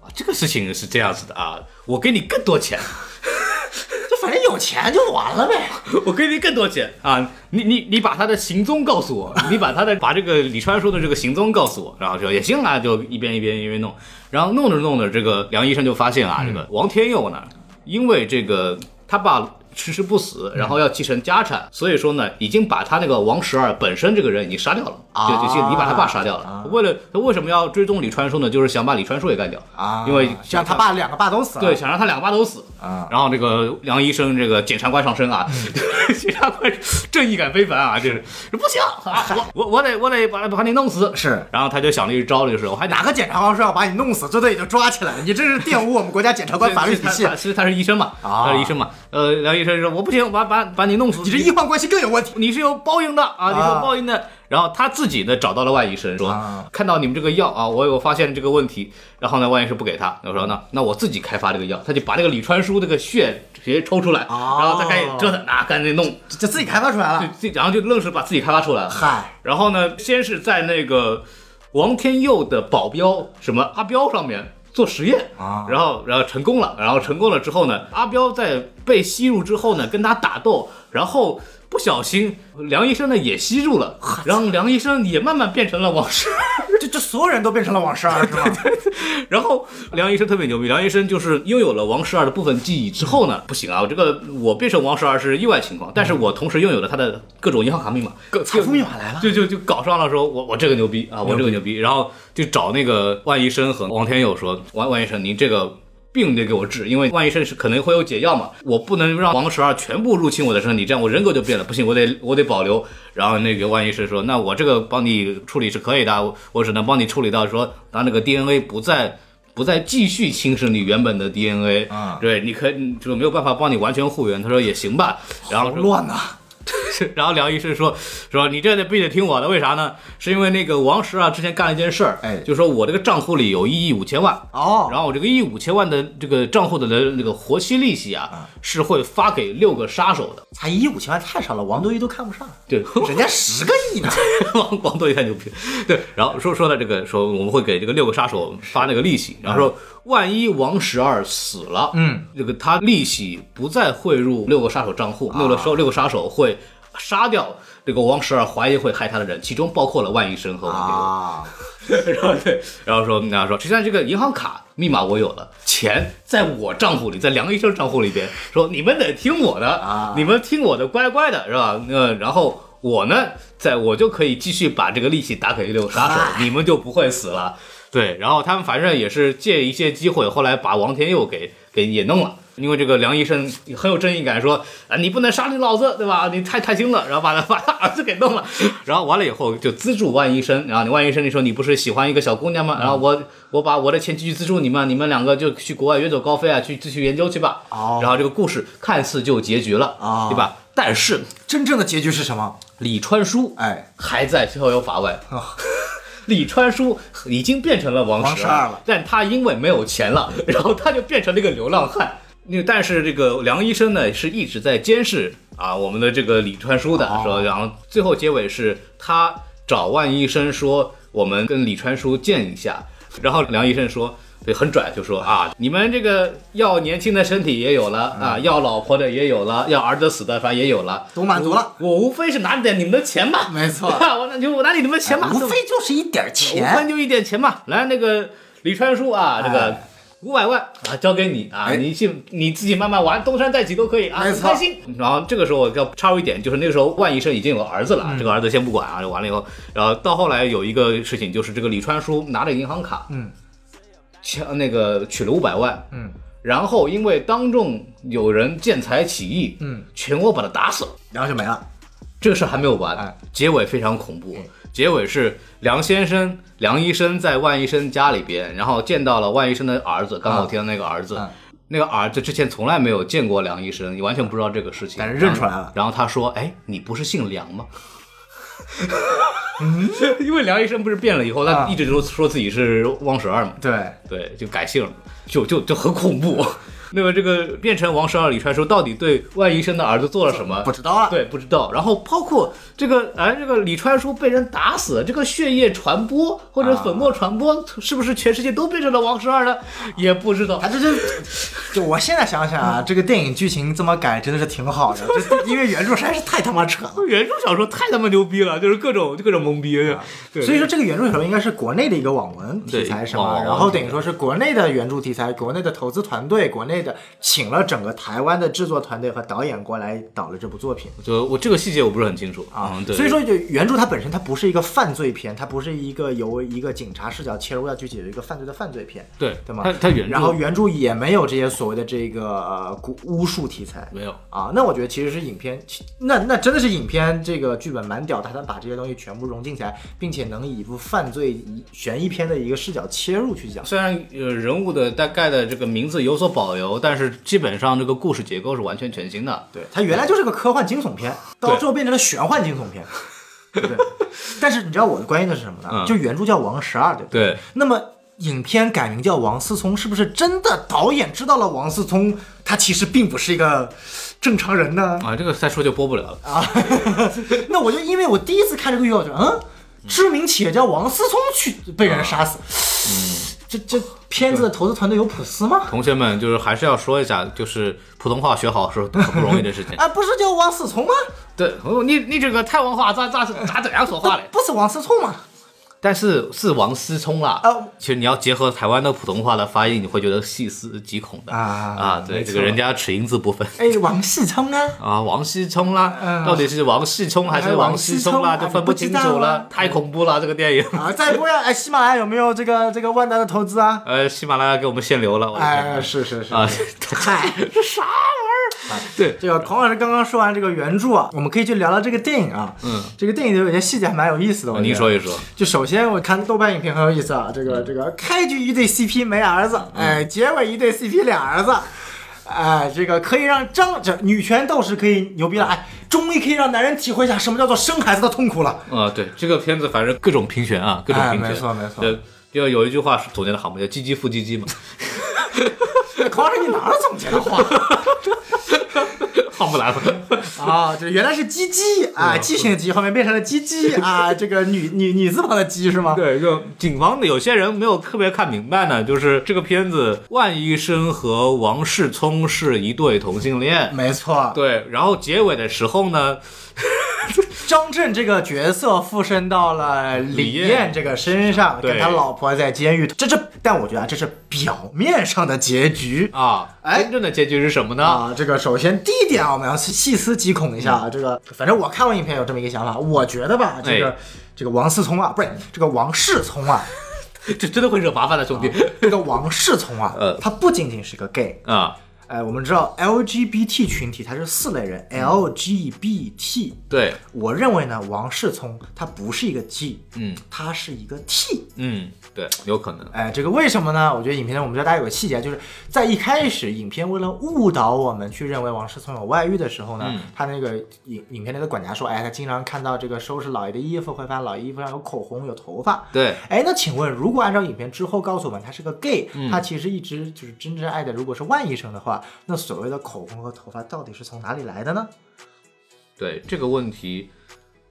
S3: 啊，这个事情是这样子的啊，我给你更多钱，
S4: 就反正有钱就完了呗。啊
S3: 我给你更多钱啊！你你你把他的行踪告诉 我，你把他的把这个李川说的这个行踪告诉我，然后就也行啊，就一边一边一边弄，然后弄着弄着，这个梁医生就发现
S4: 嗯
S3: 啊，这个王天佑呢，因为这个他爸迟迟不死，然后要继承家产，所以说呢，已经把他那个王十二本身这个人已经杀掉了，
S4: 啊
S3: 就就是你把他爸杀掉了。为了他为什么要追踪李川说呢？就是想把李川说也干掉
S4: 啊，
S3: 因为
S4: 像他爸两个爸都死了。
S3: 对，想让他两个爸都死
S4: 啊
S3: 然后这个梁医生，这个检察官上身啊，
S4: 嗯
S3: 检察官正义感非凡啊，这是不行啊， 我我我得我得把把你弄死。
S4: 是
S3: 然后他就想了一招，就是我还拿
S4: 哪个检察官说要把你弄死，这都已经抓起来了，你这是玷污我们国家检察官 法律体系
S3: 他，他其实他是医生嘛，
S4: 啊
S3: 他是医生嘛。呃，梁医生说我不行，把把把你弄死。
S4: 你这医患关系更有问题。
S3: 你是有报应的啊，你是有
S4: 啊
S3: 报应的。然后他自己呢找到了万医生，说、
S4: 啊
S3: 看到你们这个药啊，我有发现这个问题。然后呢，万医生不给他，我说那那我自己开发这个药，他就把那个李川书这个血直接抽出来，
S4: 哦
S3: 然后他开始折腾啊，赶紧弄，
S4: 这自己开发出来
S3: 就
S4: 了。
S3: 自己然后就愣是把自己开发出来了。
S4: 嗨，
S3: 然后呢，先是在那个王天佑的保镖什么阿彪上面做实验
S4: 啊
S3: 然后然后成功了，然后成功了之后呢，阿彪在被吸入之后呢，跟他打斗，然后。不小心，梁医生呢也吸入了， 然后梁医生也慢慢变成了王十
S4: 这这所有人都变成了王十二是吗？
S3: 然后梁医生特别牛逼，梁医生就是拥有了王十二的部分记忆之后呢，不行啊，我这个我变成王十二是意外情况，但是我同时拥有了他的各种银行卡密码，嗯各
S4: 财富密码来了
S3: 就就就搞上了说，我我这个牛逼啊，我这个牛逼，然后就找那个万医生和王天佑说，万万医生，您这个。病得给我治，因为万医生是可能会有解药嘛，我不能让王十二全部入侵我的身体，这样我人格就变了，不行，我得我得保留。然后那个万医生说，那我这个帮你处理是可以的，我我只能帮你处理到说，当那个 DNA 不在不再继续侵蚀你原本的 DNA，
S5: 啊
S3: 对，你可以就没有办法帮你完全复原。他说也行吧，然后
S4: 好
S3: 说
S4: 乱呐！
S3: 然后梁医师说说你这得必须得听我的，为啥呢？是因为那个王石啊之前干了一件事儿，
S5: 哎
S3: 就说我这个账户里有一亿五千万。
S4: 哦，
S3: 然后我这个一亿五千万的这个账户的那个活期利息啊，是会发给六个杀手的。
S4: 才一亿五千万太少了，王多鱼都看不上，
S3: 对，
S4: 人家十个亿呢。
S3: 王王多一太牛逼。对，然后说说到这个，说我们会给这个六个杀手发那个利息，然后
S4: 嗯
S3: 说万一王十二死了，嗯，这个他利息不再汇入六个杀手账
S4: 啊
S3: 户，六个收六个杀手会杀掉这个王十二怀疑会害他的人，其中包括了万医生和王六。
S4: 啊，
S3: 然后对，然后说，然后说，实际上这个银行卡密码我有了，钱在我账户里，在梁医生账户里边。说你们得听我的，
S4: 啊
S3: 你们听我的，乖乖的，是吧？呃，然后我呢，在我就可以继续把这个利息打给六杀手，你们就不会死了。对，然后他们反正也是借一些机会，后来把王天佑给给也弄了。因为这个梁医生很有正义感，说啊你不能杀你老子，对吧？你太太轻了，然后把他把他儿子给弄了，然后完了以后就资助万医生，然后你万医生你说你不是喜欢一个小姑娘吗？
S4: 嗯
S3: 然后我我把我的钱继续资助你们，你们两个就去国外远走高飞啊，去继续研究去吧。
S4: 哦
S3: 然后这个故事看似就结局了，
S4: 哦
S3: 对吧？但是
S4: 真正的结局是什么？
S3: 李川书
S4: 哎，
S3: 还在逍遥法 外。
S4: 哦
S3: 李川书已经变成了王
S4: 王
S3: 十
S4: 十二了
S3: 但他因为没有钱了， 然后他就变成了一个流浪汉。那但是这个梁医生呢，是一直在监视啊我们的这个李川书的，说，然后最后结尾是他找万医生说，我们跟李川书见一下，然后梁医生说。对，很拽，就说啊，你们这个要年轻的身体也有了啊，要老婆的也有了，要儿子死的反正也有了，
S4: 都满足了。
S3: 我无非是拿点你们的钱嘛，
S4: 没错啊
S3: 我拿就我拿你们的钱嘛，
S4: 无非就是一点
S3: 对吧无非
S4: 钱。哎
S3: 就一点钱嘛。来，那个李川书啊，这个五百万啊，交给你啊，
S5: 哎
S3: 你去你自己慢慢玩，东山再起都可以啊，
S4: 没
S3: 很
S4: 错
S3: 开心。然后这个时候我要插入一点，就是那个时候万医生已经有了儿子了，
S4: 嗯
S3: 这个儿子先不管啊，完了以后，然后到后来有一个事情，就是这个李川书拿着银行卡，
S4: 嗯，
S3: 抢那个取了五百万，
S4: 嗯，
S3: 然后因为当众有人见财起义，
S4: 嗯，
S3: 全国把他打死了。
S4: 然后就没了。
S3: 这个事儿还没有完，
S4: 哎嗯
S3: 结尾非常恐怖。结尾是梁先生、梁医生在万医生家里边，然后见到了万医生的儿子，刚刚我提到那个儿子，
S4: 啊
S3: 那个儿子之前从来没有见过梁医生，你完全不知道这个事情，
S4: 但是认出来了
S3: 然后他说：“哎，你不是姓梁吗？” 因为梁医生不是变了以后，他
S4: 嗯啊
S3: 一直都说自己是汪十二嘛，
S4: 对，
S3: 对，就改姓了，就就就很恐怖。 那么这个变成王十二李川说，到底对万医生的儿子做了什么？
S4: 不知道了。
S3: 对，不知道。然后包括这个，哎，这个李川书被人打死，这个血液传播或者粉末传播，是不是全世界都变成了王十二呢？也不知道
S4: 啊，。这这，就我现在想想啊，这个电影剧情这么改真的是挺好的，这因为原著实在是太他妈扯了。
S3: 原著小说太他妈牛逼了，就是各种各种懵逼。对
S4: 所以说这个原著小说应该是国内的一个网文题材是
S3: 网
S4: 吗？
S3: 文
S4: 然后等于说是国内的原著题材，国内的投资团队，国内的请了整个台湾的制作团队和导演过来导了这部作品。
S3: 就我这个细节我不是很清楚
S4: 啊，
S3: 嗯对，
S4: 所以说就原著它本身它不是一个犯罪片，它不是一个由一个警察视角切入要去解决一个犯罪的犯罪片，
S3: 对
S4: 对吗？
S3: 它它原著
S4: 然后原著也没有这些所谓的这个呃古巫术题材，
S3: 没有
S4: 啊，那我觉得其实是影片，其那那真的是影片这个剧本蛮屌的，它能把这些东西全部融进起来，并且能以一部犯罪疑悬疑片的一个视角切入去讲。
S3: 虽然呃人物的大概的这个名字有所保留，但是基本上这个故事结构是完全全新的。
S4: 对，它原来就是个科幻惊悚片，到最后变成了玄幻惊悚片。对不对，但是你知道我的关心的是什么呢？
S3: 嗯
S4: 就原著叫《王十二》，对不对？
S3: 对，
S4: 那么影片改名叫王思聪，是不是真的导演知道了王思聪他其实并不是一个正常人呢？
S3: 啊，这个再说就播不了了。
S4: 啊，那我就因为我第一次看这个预告，我就嗯，知名企业家王思聪去被人杀死，这这片子的投资团队有普斯吗？
S3: 同学们，就是还是要说一下，就是普通话学好是很不容易的事情。
S4: 啊，不是叫王思聪吗？
S3: 对，哦你你这个台湾话咋咋咋怎样说话嘞？
S4: 不是王思聪吗？
S3: 但是是王思聪啦。
S4: 哦
S3: 其实你要结合台湾的普通话的发音，你会觉得细思极恐的
S4: 啊
S3: 对，
S4: 没
S3: 这
S4: 错
S3: 个人家齿音字不分。
S4: 哎，王思聪啊，
S3: 啊，王思聪啦，
S4: 嗯
S3: 到底是王世聪还是哎王思聪啦，
S4: 还是王思聪啊
S3: 就分清
S4: 你不
S3: 楚
S4: 知道
S3: 了
S4: 啊，
S3: 太恐怖了这个电 影。
S4: 啊，再不要哎，喜马拉雅有没有这个这个万达的投资啊？
S3: 呃，喜马拉雅给我们限流了，我的天
S4: 哎，是是是，
S3: 啊，
S4: 嗨，
S3: 这啥玩意儿？ 对
S4: 这个孔老师刚刚说完这个原著啊，我们可以去聊聊这个电影啊。嗯，这个电影有些细节还蛮有意思的。我觉得
S3: 您说一说，
S4: 就首先我看豆瓣影评很有意思啊，这个这个开局一对 CP 没儿子，哎，结尾一对 CP 俩儿子。哎，这个可以让张这女权斗士可以牛逼了，哎，终于可以让男人体会一下什么叫做生孩子的痛苦 了。
S3: 啊，对，这个片子反正各种评选啊，各种
S4: 哎
S3: 评选，
S4: 没错没错
S3: 对，就有一句话是总结的好嘛，叫“唧唧复唧唧”嘛。
S4: 孔老师，你哪儿总结的话
S3: 好不来了，
S4: 啊？这原来是鸡鸡啊，畸形的鸡，后面变成了鸡鸡啊，这个女女女字旁的鸡是 吗？
S3: 对，就警方的有些人没有特别看明白呢，就是这个片子，万医生和王世聪是一对同性恋，
S4: 没错，
S3: 对，然后结尾的时候呢，
S4: 张震这个角色附身到了李艳这个身上，
S3: 对
S4: 跟他老婆在监狱，这这，但我觉得啊，这是表面上的结局。
S3: 啊，
S4: 哎
S3: 真正的结局是什么呢？
S4: 啊，这个首先第一点啊，我们要细思极恐一下啊。这个反正我看完影片有这么一个想法，我觉得吧，这
S3: 嗯
S4: 个、
S3: 哎
S4: 这个王思聪啊，不是这个王世 聪啊，
S3: 这真的会惹麻烦的，兄弟
S4: 这个王世聪啊，
S3: 呃
S4: 他不仅仅是个 gay，
S3: 啊，
S4: 哎，我们知道 LGBT 群体它是四类人，LGBT。
S3: 对，
S4: 我认为呢，王世聪他不是一个 G，
S3: 嗯
S4: 他是一个 T。
S3: 嗯，对，有可能，
S4: 哎，这个为什么呢？我觉得影片中我们知道大家有个细节，就是在一开始，影片为了误导我们去认为王世聪有外遇的时候呢，
S3: 嗯
S4: 他那个影影片那个管家说，哎，他经常看到这个收拾老爷的衣服，会发现老爷衣服上有口红、有头发。
S3: 对，
S4: 哎，那请问，如果按照影片之后告诉我们他是个 gay，、他其实一直就是真正爱的，如果是万医生的话，那所谓的口红和头发到底是从哪里来的呢？
S3: 对这个问题，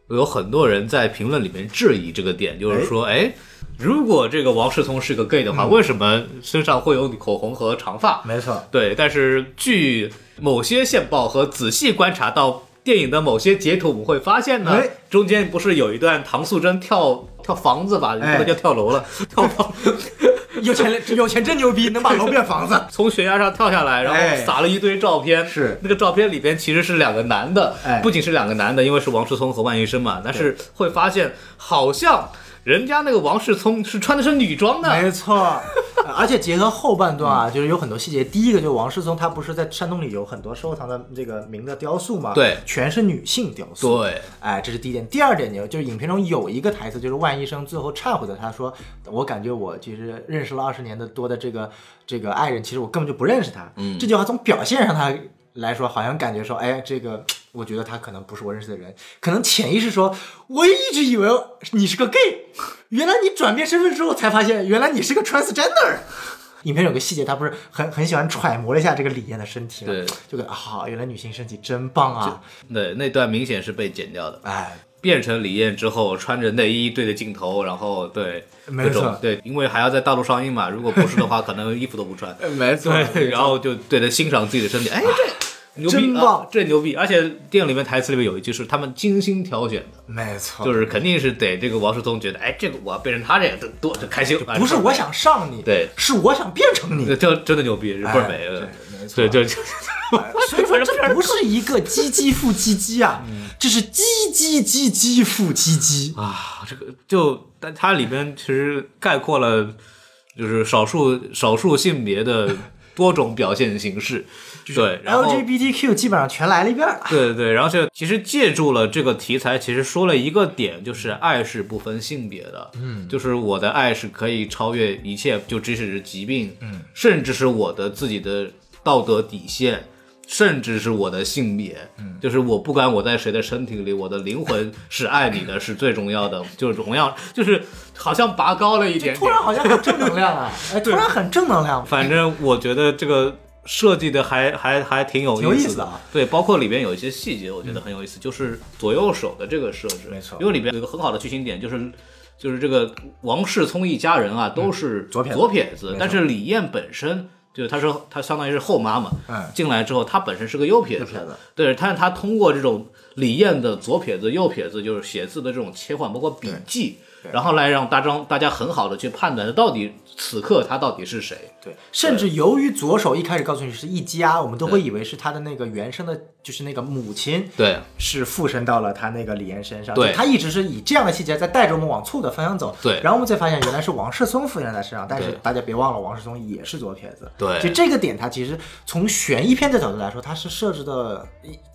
S3: 有很多人在评论里面质疑这个点，就是说，哎，如果这个王世聪是个 gay 的话，为什么身上会有口红和长发？
S4: 嗯没错，
S3: 对，但是据某些线报和仔细观察到电影的某些截图，我们会发现呢
S4: 哎，
S3: 中间不是有一段唐素贞跳跳房子吧，不
S4: 哎
S3: 能叫跳楼了，跳房
S4: 有钱人有钱真牛逼，能把楼变房子。
S3: 从悬崖上跳下来，然
S4: 哎
S3: 后撒了一堆照片。
S4: 是
S3: 那个照片里边其实是两个男的，
S4: 哎
S3: 不仅是两个男的，因为是王世聪和万医生嘛，但是会发现好像人家那个王世聪是穿的是女装的。嗯
S4: 没错，呃而且结合后半段啊，就是有很多细节。第一个就是王世聪，他不是在山洞里有很多收藏的这个明的雕塑嘛？
S3: 对
S4: 全是女性雕塑。，
S3: 对，
S4: 哎，这是第一点。第二点呢，就是影片中有一个台词，就是万医生最后忏悔的，他说：“我感觉我其实认识了二十年的多的这个这个爱人，其实我根本就不认识他。”嗯，这句话从表现上他来说，好像感觉说，哎，这个。我觉得他可能不是我认识的人，可能潜意识说，我一直以为你是个 gay，原来你转变身份之后才发现，原来你是个 transgender。影片有个细节，他不是很很喜欢揣摩了一下这个李艳的身体吗？
S3: 对，
S4: 就感啊，原来女性身体真棒啊！
S3: 对，那段明显是被剪掉的。
S4: 哎，
S3: 变成李艳之后，穿着内衣对着镜头，然后对
S4: 没
S3: 各
S4: 错
S3: 种对，因为还要在大陆上映嘛，如果不是的话， 可能衣服都不穿。
S4: 哎没 错
S3: 对，然后就对着欣赏自己的身体，哎，这牛逼，
S4: 啊真棒
S3: 啊这牛逼！而且电影里面台词里面有一句是他们精心挑选的，
S4: 没错，
S3: 就是肯定是得这个王世聪觉得，哎，这个我要变成他这个多多就开心，
S4: 不是我想上你，
S3: 对
S4: 是我想变成
S3: 这
S4: 你。
S3: 这真的牛逼，倍儿美，
S4: 哎没错
S3: 对，就就
S4: 所以说这不是一个唧唧复唧唧啊，
S3: 嗯
S4: 这是唧唧唧唧复唧唧。
S3: 啊，这个就但它里边其实概括了就是少数少数性别的多种表现形 式，对， 然后。
S4: LGBTQ 基本上全来了一遍 了。
S3: 对对对，然后这其实借助了这个题材，其实说了一个点，就是爱是不分性别的，嗯，就是我的爱是可以超越一切，就即使是疾病，嗯，甚至是我的自己的道德底线，甚至是我的性别，嗯，就是我不管我在谁的身体里，我的灵魂是爱你的，是最重要的，就是荣耀，就是好像拔高了一点点，
S4: 突然好像很正能 量啊！哎，突然很正能量。
S3: 反正我觉得这个设计的还还还挺有
S4: 挺有意
S3: 意
S4: 思的
S3: 的
S4: 啊。嗯
S3: 对，包括里边有一些细节，我觉得很有意思，就是左右手的这个设置，
S4: 没错
S3: 因为里边有一个很好的剧情点，就是就是这个王世聪一家人啊都是
S4: 嗯左撇子
S3: 左撇子，但是李艳本身。就是她是她相当于是后妈嘛，
S4: 嗯
S3: 进来之后她本身是个右撇
S4: 右撇子
S3: 子，对，但是她通过这种李艳的左撇子、右撇子，就是写字的这种切换，包括笔记，然后来让大张大家很好的去判断到底此刻他到底是谁。
S4: 对，甚至由于左手一开始告诉你是一家，我们都会以为是他的那个原生的，就是那个母亲，
S3: 对，
S4: 是附身到了他那个李岩身上。
S3: 对
S4: 就他一直是以这样的细节在带着我们往错误的方向走。
S3: 对
S4: 然后我们才发现原来是王世松附身在他身上，但是
S3: 对
S4: 大家别忘了王世松也是左撇子。
S3: 对
S4: 就这个点，他其实从悬疑片的角度来说，他是设置的，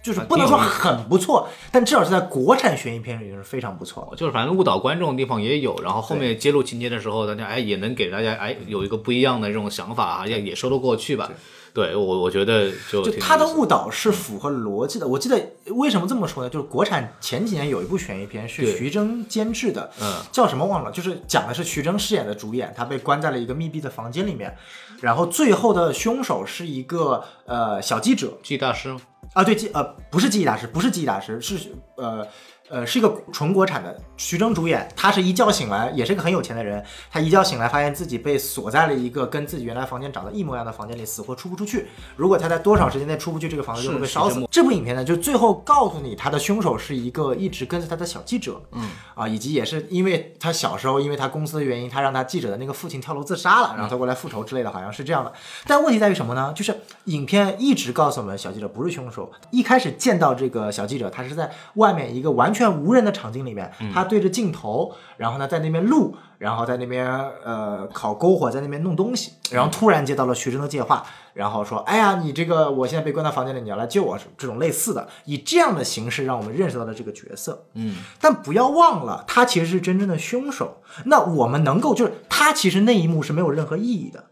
S4: 就是不能说很不错，但至少是在国产悬疑片里就是非常不错。
S3: 就是反正误导观众的地方也有，然后后面揭露情节的时候，大家哎也能给大家哎有一个不一样的这种想法啊，也也说得过去吧。对我我觉得就
S4: 就
S3: 挺
S4: 他的
S3: 有意思
S4: 误导是
S3: 嗯
S4: 符合逻辑的。我记得为什么这么说呢？就是国产前几年有一部悬疑片是
S3: 对
S4: 徐峥监制的，
S3: 嗯
S4: 叫什么忘了，就是讲的是徐峥饰演的主演，他被关在了一个密闭的房间里面，然后最后的凶手是一个呃小记者
S3: 记忆大师吗
S4: 啊，对记呃不是记忆大师，不是记忆大师，是呃。呃，是一个纯国产的，徐峥主演。他是一觉醒来，也是个很有钱的人。他一觉醒来，发现自己被锁在了一个跟自己原来房间长得一模一样的房间里，死活出不出去。如果他在多少时间内出不去，这个房子就会被烧死。这部影片呢，就最后告诉你，他的凶手是一个一直跟着他的小记者，嗯啊，以及也是因为他小时候因为他公司的原因，他让他记者的那个父亲跳楼自杀了，然后他过来复仇之类的，好像是这样的。但问题在于什么呢？就是影片一直告诉我们，小记者不是凶手。一开始见到这个小记者，他是在外面一个完全无人的场景里面，他对着镜头，然后呢在那边录，然后在那边呃烤篝火，在那边弄东西，然后突然接到了徐峥的电话，然后说：“哎呀，你这个我现在被关到房间里，你要来救我。”这种类似的，以这样的形式让我们认识到了这个角色。嗯，但不要忘了，他其实是真正的凶手。那我们能够就是他其实那一幕是没有任何意义的。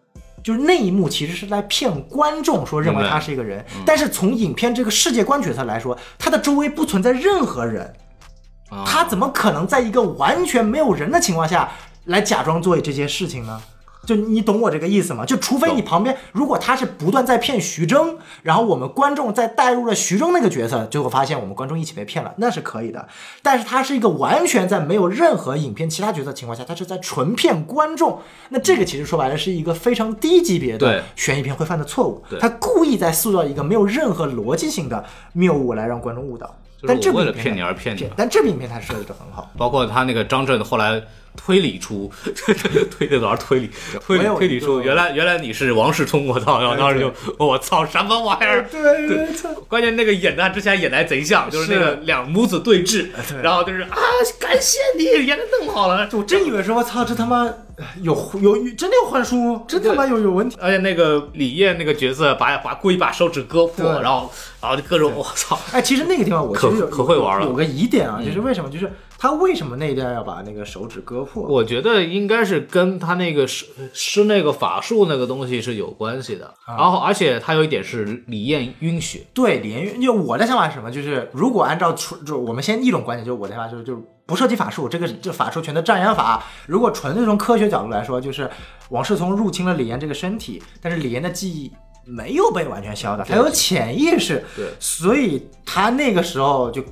S4: 就是那一幕其实是在骗观众，说认为他是一个人，但是从影片这个世界观角色来说，他的周围不存在任何人，他怎么可能在一个完全没有人的情况下来假装做这些事情呢？就你懂我这个意思吗？就除非你旁边如果他是不断在骗徐峥，然后我们观众再带入了徐峥那个角色，最后发现我们观众一起被骗了，那是可以的。但是他是一个完全在没有任何影片其他角色的情况下，他是在纯骗观众。那这个其实说白了是一个非常低级别
S3: 对
S4: 的悬疑片会犯的错误，他故意在塑造一个没有任何逻辑性的谬误来让观众误导。
S3: 就是
S4: 但这
S3: 我
S4: 部
S3: 为了
S4: 影片
S3: 骗你
S4: 呢
S3: 而骗你
S4: 对，但这部影片它设计的很好。
S3: 包括他那个张震后来推理出， 推的玩推理，推
S4: 我有
S3: 理推
S4: 一
S3: 理出
S4: 个
S3: 原来原来你是王世充，我操！然后当时就我操什么玩意儿？
S4: 对对对，
S3: 关键那个演的之前演的还贼像，就是那个两母子对峙，
S4: 呃
S3: 然后就是啊，感谢你演的那么好了。
S4: 我真以为说，我操，这他妈有有有真的有幻术，真他妈有有问题。
S3: 而且那个李艳那个角色把把故意把手指割破，
S4: 对
S3: 然后然后就各种我操，
S4: 哎，其实那个地方我其
S3: 可
S4: 实有
S3: 可会玩了
S4: 有个疑点啊，就是为什么？就是他为什么那一段要把那个手指割破？
S3: 我觉得应该是跟他那个施施那个法术那个东西是有关系的。
S4: 啊
S3: 然后而且他有一点是李艳晕血，
S4: 对，连因为我的想法是什么？就是如果按照纯，就我们先一种观点，就是我的想法就是，就是不涉及法术，这个这法术全都障眼法。如果纯粹从科学角度来说，就是王世聪入侵了李岩这个身体，但是李岩的记忆。没有被完全消的，他有潜意识，
S3: 对
S4: 所以他那个时候就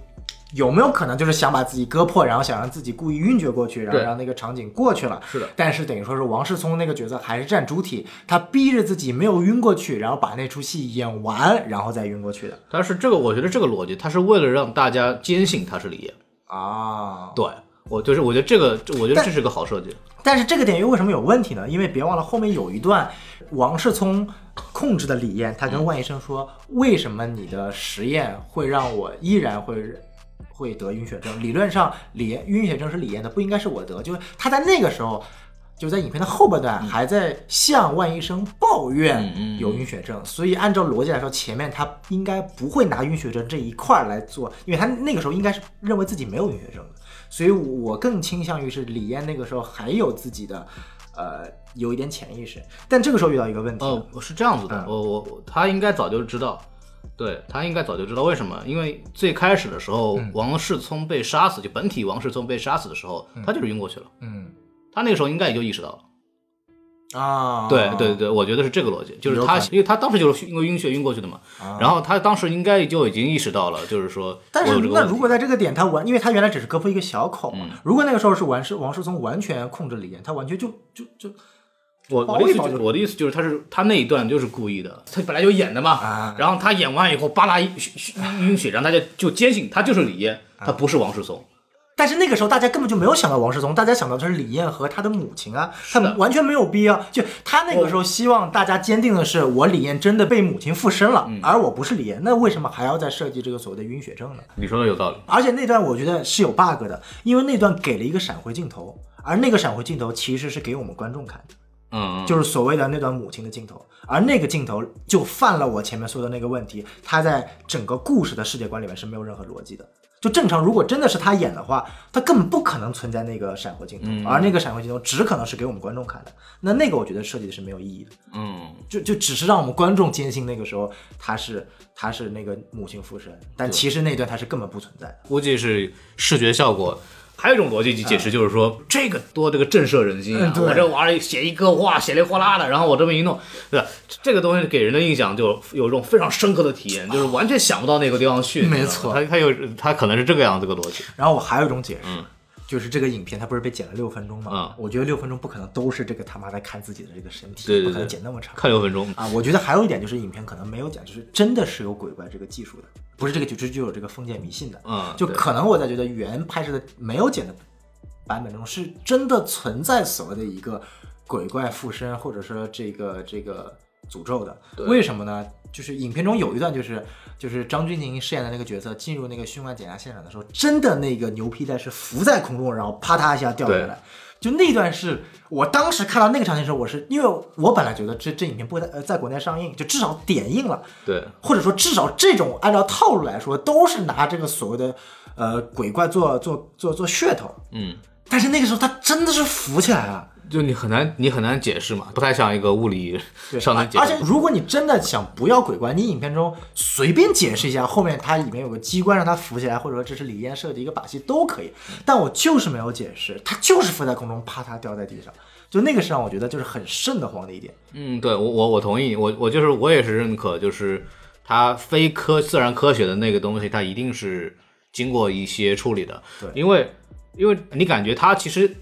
S4: 有没有可能就是想把自己割破，然后想让自己故意晕厥过去，然后
S3: 对
S4: 让那个场景过去了。
S3: 是的
S4: 但是等于说是王世聪那个角色还是占主体，他逼着自己没有晕过去，然后把那出戏演完，然后再晕过去的
S3: 但是这个我觉得这个逻辑，他是为了让大家坚信他是李艳。
S4: 啊。
S3: 对我就是我觉得这个，这我觉得
S4: 但
S3: 这是个好设计。
S4: 但是这个点又为什么有问题呢？因为别忘了后面有一段王世聪控制的李艳，他跟万医生说，为什么你的实验会让我依然会会得晕血症？理论上李艳晕血症是李艳的，不应该是我得。就是他在那个时候。就在影片的后半段，还在向万医生抱怨有晕血症，所以按照逻辑来说，前面他应该不会拿晕血症这一块儿来做，因为他那个时候应该是认为自己没有晕血症的，所以我更倾向于是李嫣那个时候还有自己的，呃，有一点潜意识，但这个时候遇到一个问题了，
S3: 哦，是这样子的，
S4: 嗯
S3: 我我我他应该早就知道，对他应该早就知道为什么，因为最开始的时候，王世聪被杀死，就本体王世聪被杀死的时候，他就是晕过去了，
S4: 嗯
S3: 他那个时候应该也就意识到了。
S4: 啊，
S3: 对对对，我觉得是这个逻辑，就是
S4: 有
S3: 他
S4: 可能，
S3: 因为他当时就是因为晕血晕过去的嘛，然后他当时应该就已经意识到了，就是说
S4: 但
S3: 我
S4: 是
S3: 有这个
S4: 那
S3: 问
S4: 如
S3: 题
S4: 果在这个点他完，因为他原来只是割破一个小口嘛，
S3: 嗯
S4: 如果那个时候是王世王世聪完全控制李嫣，他完全就就就
S3: 我
S4: 保
S3: 我的意
S4: 卫
S3: 思
S4: 保
S3: 就是
S4: 就
S3: 我的意思就是他是他那一段就是故意的，他本来就演的嘛，
S4: 啊
S3: 然后他啊演完以后扒拉一血血晕血，让大家就坚信他就是李嫣，他不是王世松。
S4: 但是那个时候大家根本就没有想到王世聪，大家想到的是李艳和她的母亲啊，他们完全没有必要。就他那个时候希望大家坚定的是，我李艳真的被母亲附身了，
S3: 嗯
S4: 而我不是李艳，那为什么还要再设计这个所谓的晕血症呢？
S3: 你说的有道理。
S4: 而且那段我觉得是有 bug 的，因为那段给了一个闪回镜头，而那个闪回镜头其实是给我们观众看的。
S3: 嗯，
S4: 就是所谓的那段母亲的镜头，而那个镜头就犯了我前面说的那个问题，他在整个故事的世界观里面是没有任何逻辑的。就正常，如果真的是他演的话，他根本不可能存在那个闪回镜头，而那个闪回镜头只可能是给我们观众看的。那那个我觉得设计的是没有意义的，
S3: 嗯，
S4: 就就只是让我们观众坚信那个时候他是他是那个母亲附身，但其实那段他是根本不存在的。
S6: 估计是视觉效果。还有一种逻辑解释就是说，这个多这个震慑人心啊！
S4: 嗯对
S6: 我这玩意儿写一个哇，血里哗啦的，然后我这么一弄，对吧？这个东西给人的印象就有一种非常深刻的体验，就是完全想不到那个地方去。
S4: 没
S6: 你知道吗
S4: 错
S3: 他他有他可能是这个样子的逻辑。
S4: 然后我还有一种解释，就是这个影片它不是被剪了六分钟吗？
S3: 嗯
S4: 我觉得六分钟不可能都是这个他妈在看自己的这个身体，
S3: 对对
S4: 不可能
S3: 对
S4: 剪那么长。
S3: 看六分钟，
S4: 啊，我觉得还有一点就是影片可能没有讲，就是真的是有鬼怪这个技术的，不是这个就就就有这个封建迷信的，
S3: 嗯
S4: 就可能我在觉得原拍摄的没有剪的版本中是真的存在所谓的一个鬼怪附身，或者说这个这个诅咒的，为什么呢？就是影片中有一段，就是就是张钧甯饰演的那个角色进入那个凶案检查现场的时候，真的那个牛皮带是浮在空中，然后啪嗒一下掉下来。就那段是我当时看到那个场景的时候，我是因为我本来觉得这这影片不会在呃在国内上映，就至少点映了，
S3: 对，
S4: 或者说至少这种按照套路来说，都是拿这个所谓的呃鬼怪做做做做噱头。
S3: 嗯，
S4: 但是那个时候他真的是浮起来了，
S3: 就你很难你很难解释嘛，不太像一个物理
S4: 对，
S3: 上能解
S4: 而
S3: 释
S4: 且。如果你真的想不要鬼怪，你影片中随便解释一下，后面它里面有个机关让它浮起来，或者说这是李艳设计一个把戏都可以。但我就是没有解释，它就是浮在空中，啪嗒掉在地上，就那个是让我觉得就是很瘆得慌的一点。
S3: 嗯，对我我我同意，我我就是我也是认可，就是它非科自然科学的那个东西，它一定是经过一些处理的，
S4: 对
S3: 因为因为你感觉它其实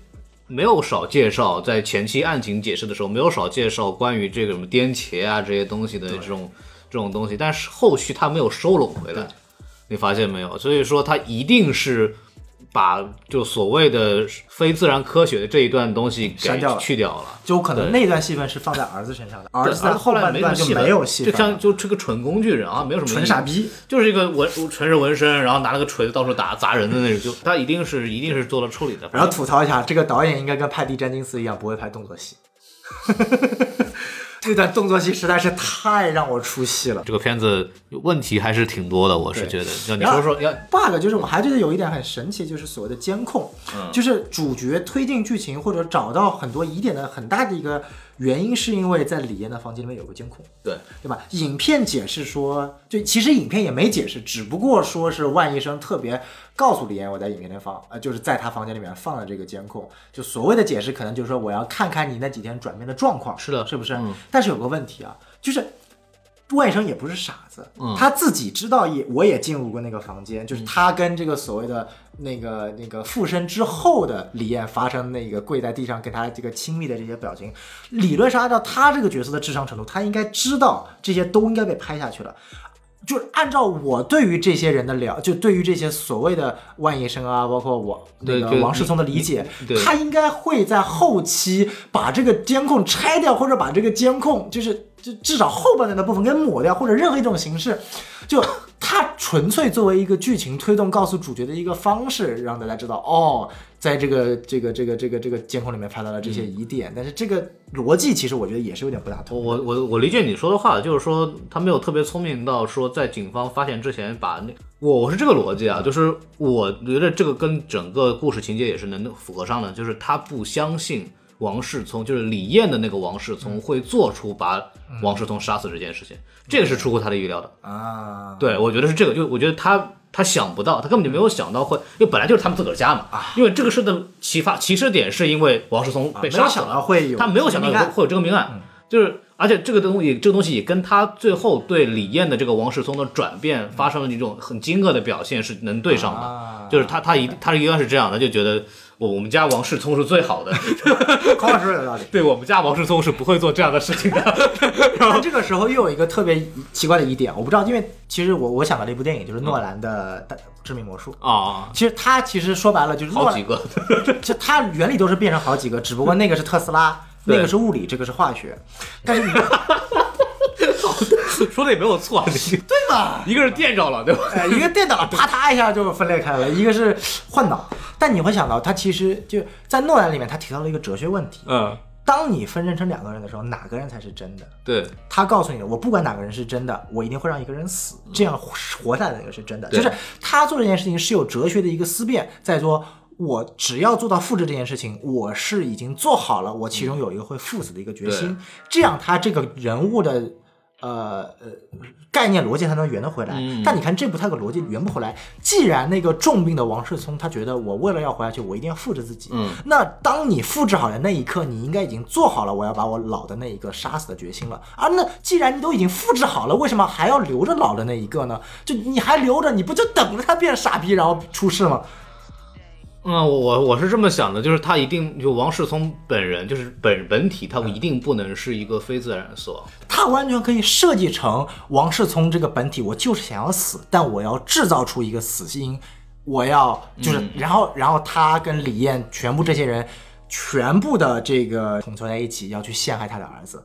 S3: 没有少介绍，在前期案情解释的时候没有少介绍关于这个什么颠茄啊这些东西的这种这种东西，但是后续它没有收拢回来，你发现没有？所以说它一定是。把就所谓的非自然科学的这一段东西给
S4: 删掉了
S3: 去掉了，
S4: 就可能
S3: 对
S4: 那段戏份是放在儿子身上的，儿
S6: 对
S4: 子在后半
S6: 没
S4: 段
S6: 什
S4: 就
S6: 么戏了
S4: 没有戏
S6: 就
S4: 份
S6: 像
S4: 了，
S6: 就这个纯工具人啊，没有什么
S4: 纯
S6: 意义
S4: 傻逼。
S6: 就是一个纹全是纹身，然后拿了个锤子到处打砸人的那种，就他一定是一定是做了处理的。
S4: 然后吐槽一下，这个导演应该跟派蒂·詹金斯一样，不会拍动作戏。 这段动作戏实在是太让我出戏了。
S3: 这个片子问题还是挺多的，我是觉得。就你
S4: 然后
S3: 说说，要
S4: bug 就是我还觉得有一点很神奇，就是所谓的监控，就是主角推进剧情或者找到很多疑点的很大的一个原因，是因为在李岩的房间里面有个监控，
S3: 对
S4: 对吧？影片解释说，就其实影片也没解释，只不过说是万医生特别告诉李岩我在影片里放，呃，就是在他房间里面放了这个监控，就所谓的解释可能就是说我要看看你那几天转变的状况，
S3: 是的
S4: 是不是？但是有个问题啊，就是万医生也不是傻子，
S3: 嗯
S4: 他自己知道也我也进入过那个房间，就是他跟这个所谓的那个那个附身之后的李艳发生那个跪在地上跟他这个亲密的这些表情，理论上按照他这个角色的智商程度，他应该知道这些都应该被拍下去了。就是按照我对于这些人的了，就对于这些所谓的万医生啊，包括我那
S3: 对
S4: 个
S3: 就
S4: 王世聪的理解
S3: 你对，
S4: 他应该会在后期把这个监控拆掉，或者把这个监控就是就至少后半段的部分给抹掉，或者任何一种形式，就他纯粹作为一个剧情推动告诉主角的一个方式，让大家知道哦，在这个这个这个这个这个监控里面拍到了这些疑点，但是这个逻辑其实我觉得也是有点不大
S3: 我
S4: 通。
S3: 我我我理解你说的话，就是说他没有特别聪明到说在警方发现之前把那我我是这个逻辑啊，就是我觉得这个跟整个故事情节也是能符合上的，就是他不相信王世聪，就是李艳的那个王世
S4: 嗯
S3: 聪会做出把王世聪杀死这件事情，这个是出乎他的预料的。
S4: 啊，
S3: 对，我觉得是这个，就我觉得他他想不到，他根本就没有想到会，因为本来就是他们自个儿家嘛。
S4: 啊
S3: 因为这个事的起发起始点是因为王世聪被
S4: 没有
S3: 杀死
S4: 想
S3: 了，
S4: 到会有
S3: 他没有嗯想到
S4: 命
S3: 会
S4: 案
S3: 会有这个命案，就是而且这个东西这个东西也跟他最后对李艳的这个王世聪的转变发生了一种很惊愕的表现是能对上的，
S4: 啊
S3: 就是他他一他一般是这样的，就觉得我我们家王世聪是最 好的，
S4: 孔老师说的有道理。
S3: 对我们家王世聪是不会做这样的事情 的。
S4: 但这个时候又有一个特别奇怪的疑点，我不知道，因为其实我我想到了一部电影，就是诺兰的《致命魔术》。
S7: 啊，
S4: 其实他其实说白了就是诺
S3: 好
S4: 兰
S3: 几个，
S4: 就它原理都是变成好几个，只不过那个是特斯拉，
S3: 对
S4: 那个是物理，这个是化 学。但是你
S3: 说的也没有错， 对吧？一个是电着了，对吧？
S4: 呃一个电脑 啪嗒一下就分裂开了，一个是换脑。但你会想到，它其实就在诺兰里面，他提到了一个哲学问题：
S3: 嗯，
S4: 当你分认成两个人的时候，哪个人才是真的？
S3: 对，
S4: 他告诉你的，我不管哪个人是真的，我一定会让一个人死，这样活活下来的那个是真的。
S3: 对
S4: 就是他做这件事情是有哲学的一个思辨，在说我只要做到复制这件事情，我是已经做好了，我其中有一个会赴死的一个决心，这样他这个人物的。呃呃，概念逻辑才能圆得回来。但你看这部，他个逻辑圆不回来。既然那个重病的王世聪，他觉得我为了要活下去，我一定要复制自己。嗯，那当你复制好的那一刻，你应该已经做好了我要把我老的那一个杀死的决心了。啊，那既然你都已经复制好了，为什么还要留着老的那一个呢？就你还留着，你不就等着他变傻逼然后出事吗？
S3: 嗯，我我我是这么想的，就是他一定就王世聪本人，就是本本体，他一定不能是一个非自然死亡。
S4: 他完全可以设计成王世聪这个本体，我就是想要死，但我要制造出一个死因，我要就是，然后然后他跟李艳全部这些人，全部的这个统筹在一起，要去陷害他的儿子。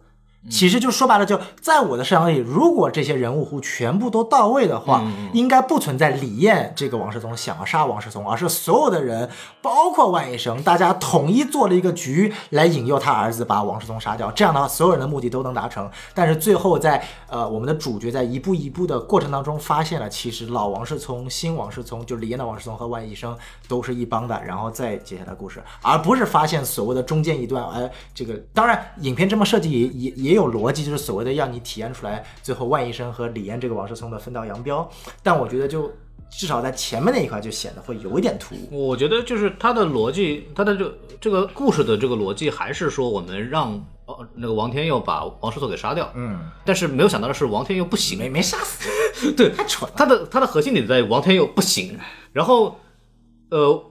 S4: 其实就说白了，就在我的设想里，如果这些人物弧全部都到位的话，应该不存在李艳这个王世聪想要杀王世聪，而是所有的人，包括万医生，大家统一做了一个局来引诱他儿子把王世聪杀掉。这样的话，所有人的目的都能达成。但是最后在呃，我们的主角在一步一步的过程当中，发现了其实老王世聪、新王世聪，就李艳的王世聪和万医生都是一帮的，然后再接下来的故事，而不是发现所谓的中间一段，哎、这个当然，影片这么设计也也也有逻辑，就是所谓的让你体验出来最后万医生和李艳这个王世聪的分道扬镳。但我觉得就至少在前面那一块就显得会有一点突兀。
S3: 我觉得就是他的逻辑，他的这这个故事的这个逻辑，还是说我们让呃那个王天佑把王世聪给杀掉，
S4: 嗯，
S3: 但是没有想到的是王天佑不行，
S4: 没没杀死，
S3: 对
S4: 太蠢了。
S3: 他的他的核心点在于王天佑不行，然后呃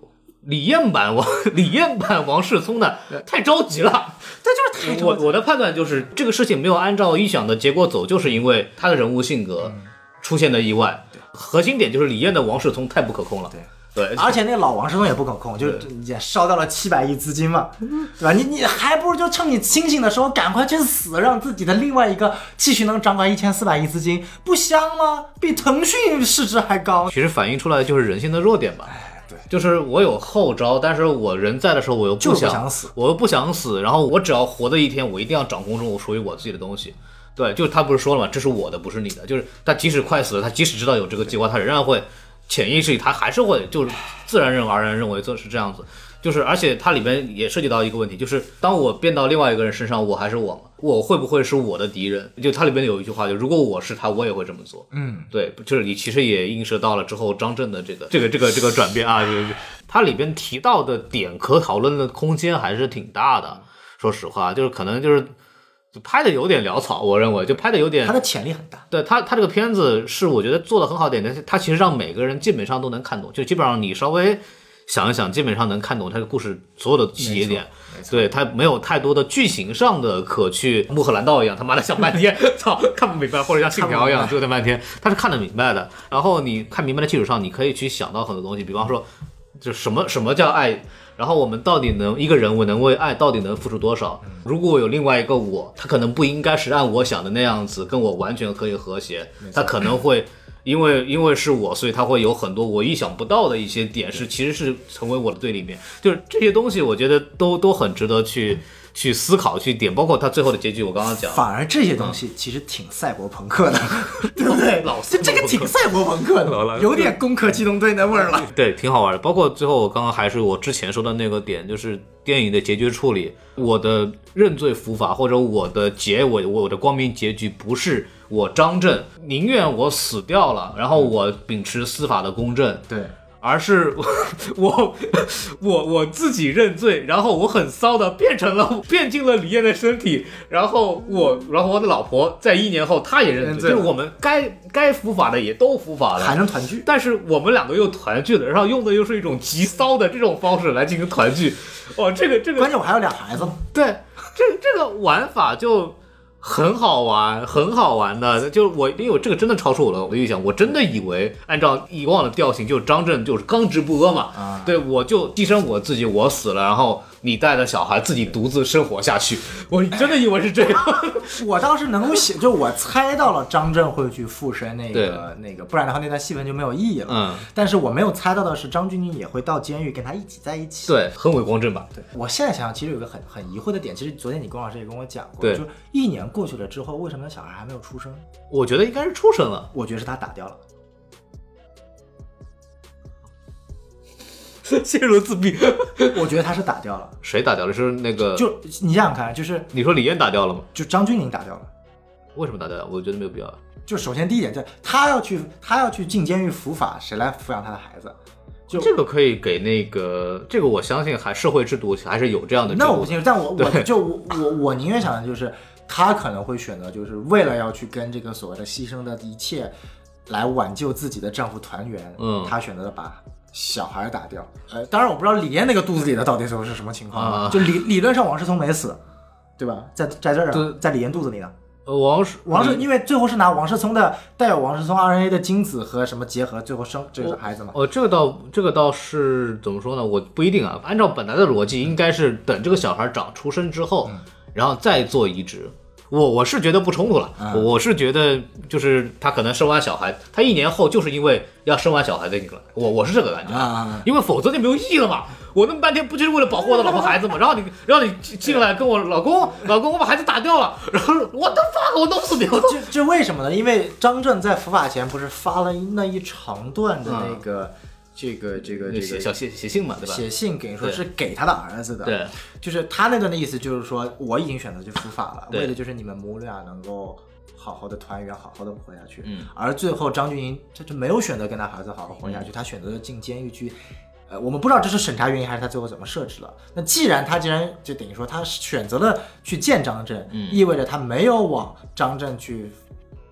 S3: 李艳版王 李艳版王世聪呢太着急了，
S4: 这就是太蠢
S3: 我
S4: 了。
S3: 我的判断就是这个事情没有按照预想的结果走，就是因为他的人物性格
S4: 嗯
S3: 出现了意外，核心点就是李艳的王世聪太不可控了，对对，
S4: 而且那老王世聪也不可控，就是也烧掉了七百亿资金嘛，对吧？你你还不如就趁你清醒的时候赶快去死，让自己的另外一个继续能掌管一千四百亿资金，不香吗？比腾讯市值还高。
S3: 其实反映出来就是人性的弱点吧。
S4: 哎对
S3: 就是我有后招，但是我人在的时候，我又不
S4: 就是
S3: 想，
S4: 不想死
S3: 我又不想死，然后我只要活的一天，我一定要掌控住我属于我自己的东西。对，就是他不是说了吗？这是我的，不是你的。就是他即使快死了，他即使知道有这个计划，他仍然会潜意识里他还是会就是自然而然认为这是这样子。就是而且它里边也涉及到一个问题，就是当我变到另外一个人身上，我还是我吗？我会不会是我的敌人？就它里边有一句话，就如果我是他，我也会这么做。对，就是你其实也映射到了之后张震的这个这个这个这个转变啊，就是它里边提到的点可讨论的空间还是挺大的。说实话，就是可能就是就拍的有点潦草，我认为就拍的有点
S4: 他的潜力很大，
S3: 对他，他这个片子是我觉得做的很好的点，但是他其实让每个人基本上都能看懂，就基本上你稍微想一想，基本上能看懂他的故事所有的节点。对他没有太多的剧情上的可去，穆赫兰道一样，他妈的想半天， 操，看不明白，或者像信条一样折腾半天，他是看得明白的。然后你看明白的基础上，你可以去想到很多东西，比方说，就什么什么叫爱，然后我们到底能一个人我能为爱到底能付出多少？如果有另外一个我，他可能不应该是按我想的那样子，跟我完全可以和谐，他可能会。因为因为是我，所以他会有很多我意想不到的一些点，是其实是成为我的对立面。就是这些东西，我觉得都都很值得去去思考、去点。包括他最后的结局，我刚刚讲，
S4: 反而这些东西其实挺赛博朋克的， 对不对？
S3: 老
S4: 就这个挺赛博朋克的，有点攻壳机动队那味儿了。
S3: 对，挺好玩的。包括最后，我刚刚还是我之前说的那个点，就是电影的结局处理，我的认罪伏法或者我的结尾，我的光明结局不是我张震，宁愿我死掉了，然后我秉持司法的公正，
S4: 对，
S3: 而是 我我我我自己认罪，然后我很骚的变成了变进了李艳的身体，然后我然后我的老婆在一年后她也认
S4: 认
S3: 罪，
S4: 罪
S3: 就是我们该该伏法的也都伏法了，
S4: 还能团聚。
S3: 但是我们两个又团聚了，然后用的又是一种极骚的这种方式来进行团聚，哦，这个这个
S4: 关键我还有俩孩子呢，
S3: 对，这这个玩法就很好玩，很好玩的。就我因为我这个真的超出我的我的预想，我真的以为按照以往的调性，就是张震就是刚直不阿嘛，
S4: 啊
S3: 对我就牺牲我自己，我死了，然后你带着小孩自己独自生活下去，我真的以为是这 样。
S4: 我当时能够写，就我猜到了张震会去附身那个
S3: 对
S4: 那个，不然的话那段戏份就没有意义了。
S3: 嗯，
S4: 但是我没有猜到的是，张钧甯也会到监狱跟他一起在一起。
S3: 对，很伪光正吧？
S4: 对，我现在想想，其实有一个很很疑惑的点，其实昨天你龚老师也跟我讲过，
S3: 对
S4: 就是一年过去了之后，为什么小孩还没有出生？
S3: 我觉得应该是出生了，
S4: 我觉得是他打掉了。
S3: 陷入自闭。
S4: 我觉得他是打掉了。
S3: 谁打掉了？是那个？
S4: 就你想想看，就是
S3: 你说李艳打掉了吗？
S4: 就张钧甯打掉了。
S3: 为什么打掉？我觉得没有必要。
S4: 就首先第一点，就他要去他要去进监狱伏法，谁来抚养他的孩子？就
S3: 这个可以给那个，这个我相信还社会制度还是有这样的制度。
S4: 那我不清楚，但我我
S3: 对
S4: 就我我我宁愿想的就是，他可能会选择，就是为了要去跟这个所谓的牺牲的一切，来挽救自己的丈夫团圆。
S3: 嗯
S4: 他选择了把小孩打掉。呃，当然我不知道李艳那个肚子里的到底最后是什么情况啊，
S3: 啊
S4: 就理理论上王世聪没死，对吧？在在这儿啊
S3: 对，
S4: 在李艳肚子里呢。
S3: 呃王是
S4: 王世，
S3: 嗯
S4: 因为最后是拿王世聪的带有王世聪 RNA 的精子和什么结合，最后生这个孩子嘛。
S3: 哦，这个倒这个倒是怎么说呢？我不一定啊。按照本来的逻辑，应该是等这个小孩长出生之
S4: 嗯
S3: 后，然后再做移植。我我是觉得不冲突了，
S4: 嗯
S3: 我我是觉得就是他可能生完小孩，他一年后就是因为要生完小孩再进来，我我是这个感觉，
S4: 啊，
S3: 因为否则就没有意义了嘛。我那么半天不就是为了保护我的老婆孩子嘛？然后你让你进进来跟我老公，老公我把孩子打掉了，然后我的妈，我弄死你！我
S4: 这这为什么呢？因为张震在伏法前不是发了那一长段的那个、这个这个这
S3: 嗯写
S4: 个
S3: 小写写信嘛，对吧？
S4: 写信给说
S3: 对
S4: 是给他的儿子的，
S3: 对，
S4: 就是他那段的意思就是说我已经选择去伏法了，
S3: 对
S4: 为的就是你们母俩能够。好好的团圆，好好的活下去。
S3: 嗯，
S4: 而最后张钧甯他就没有选择跟他孩子好好活下
S3: 嗯
S4: 去，他选择了进监狱去。呃，我们不知道这是审查原因还是他最后怎么设置了。那既然他既然就等于说他选择了去见张震，
S3: 嗯
S4: 意味着他没有往张震去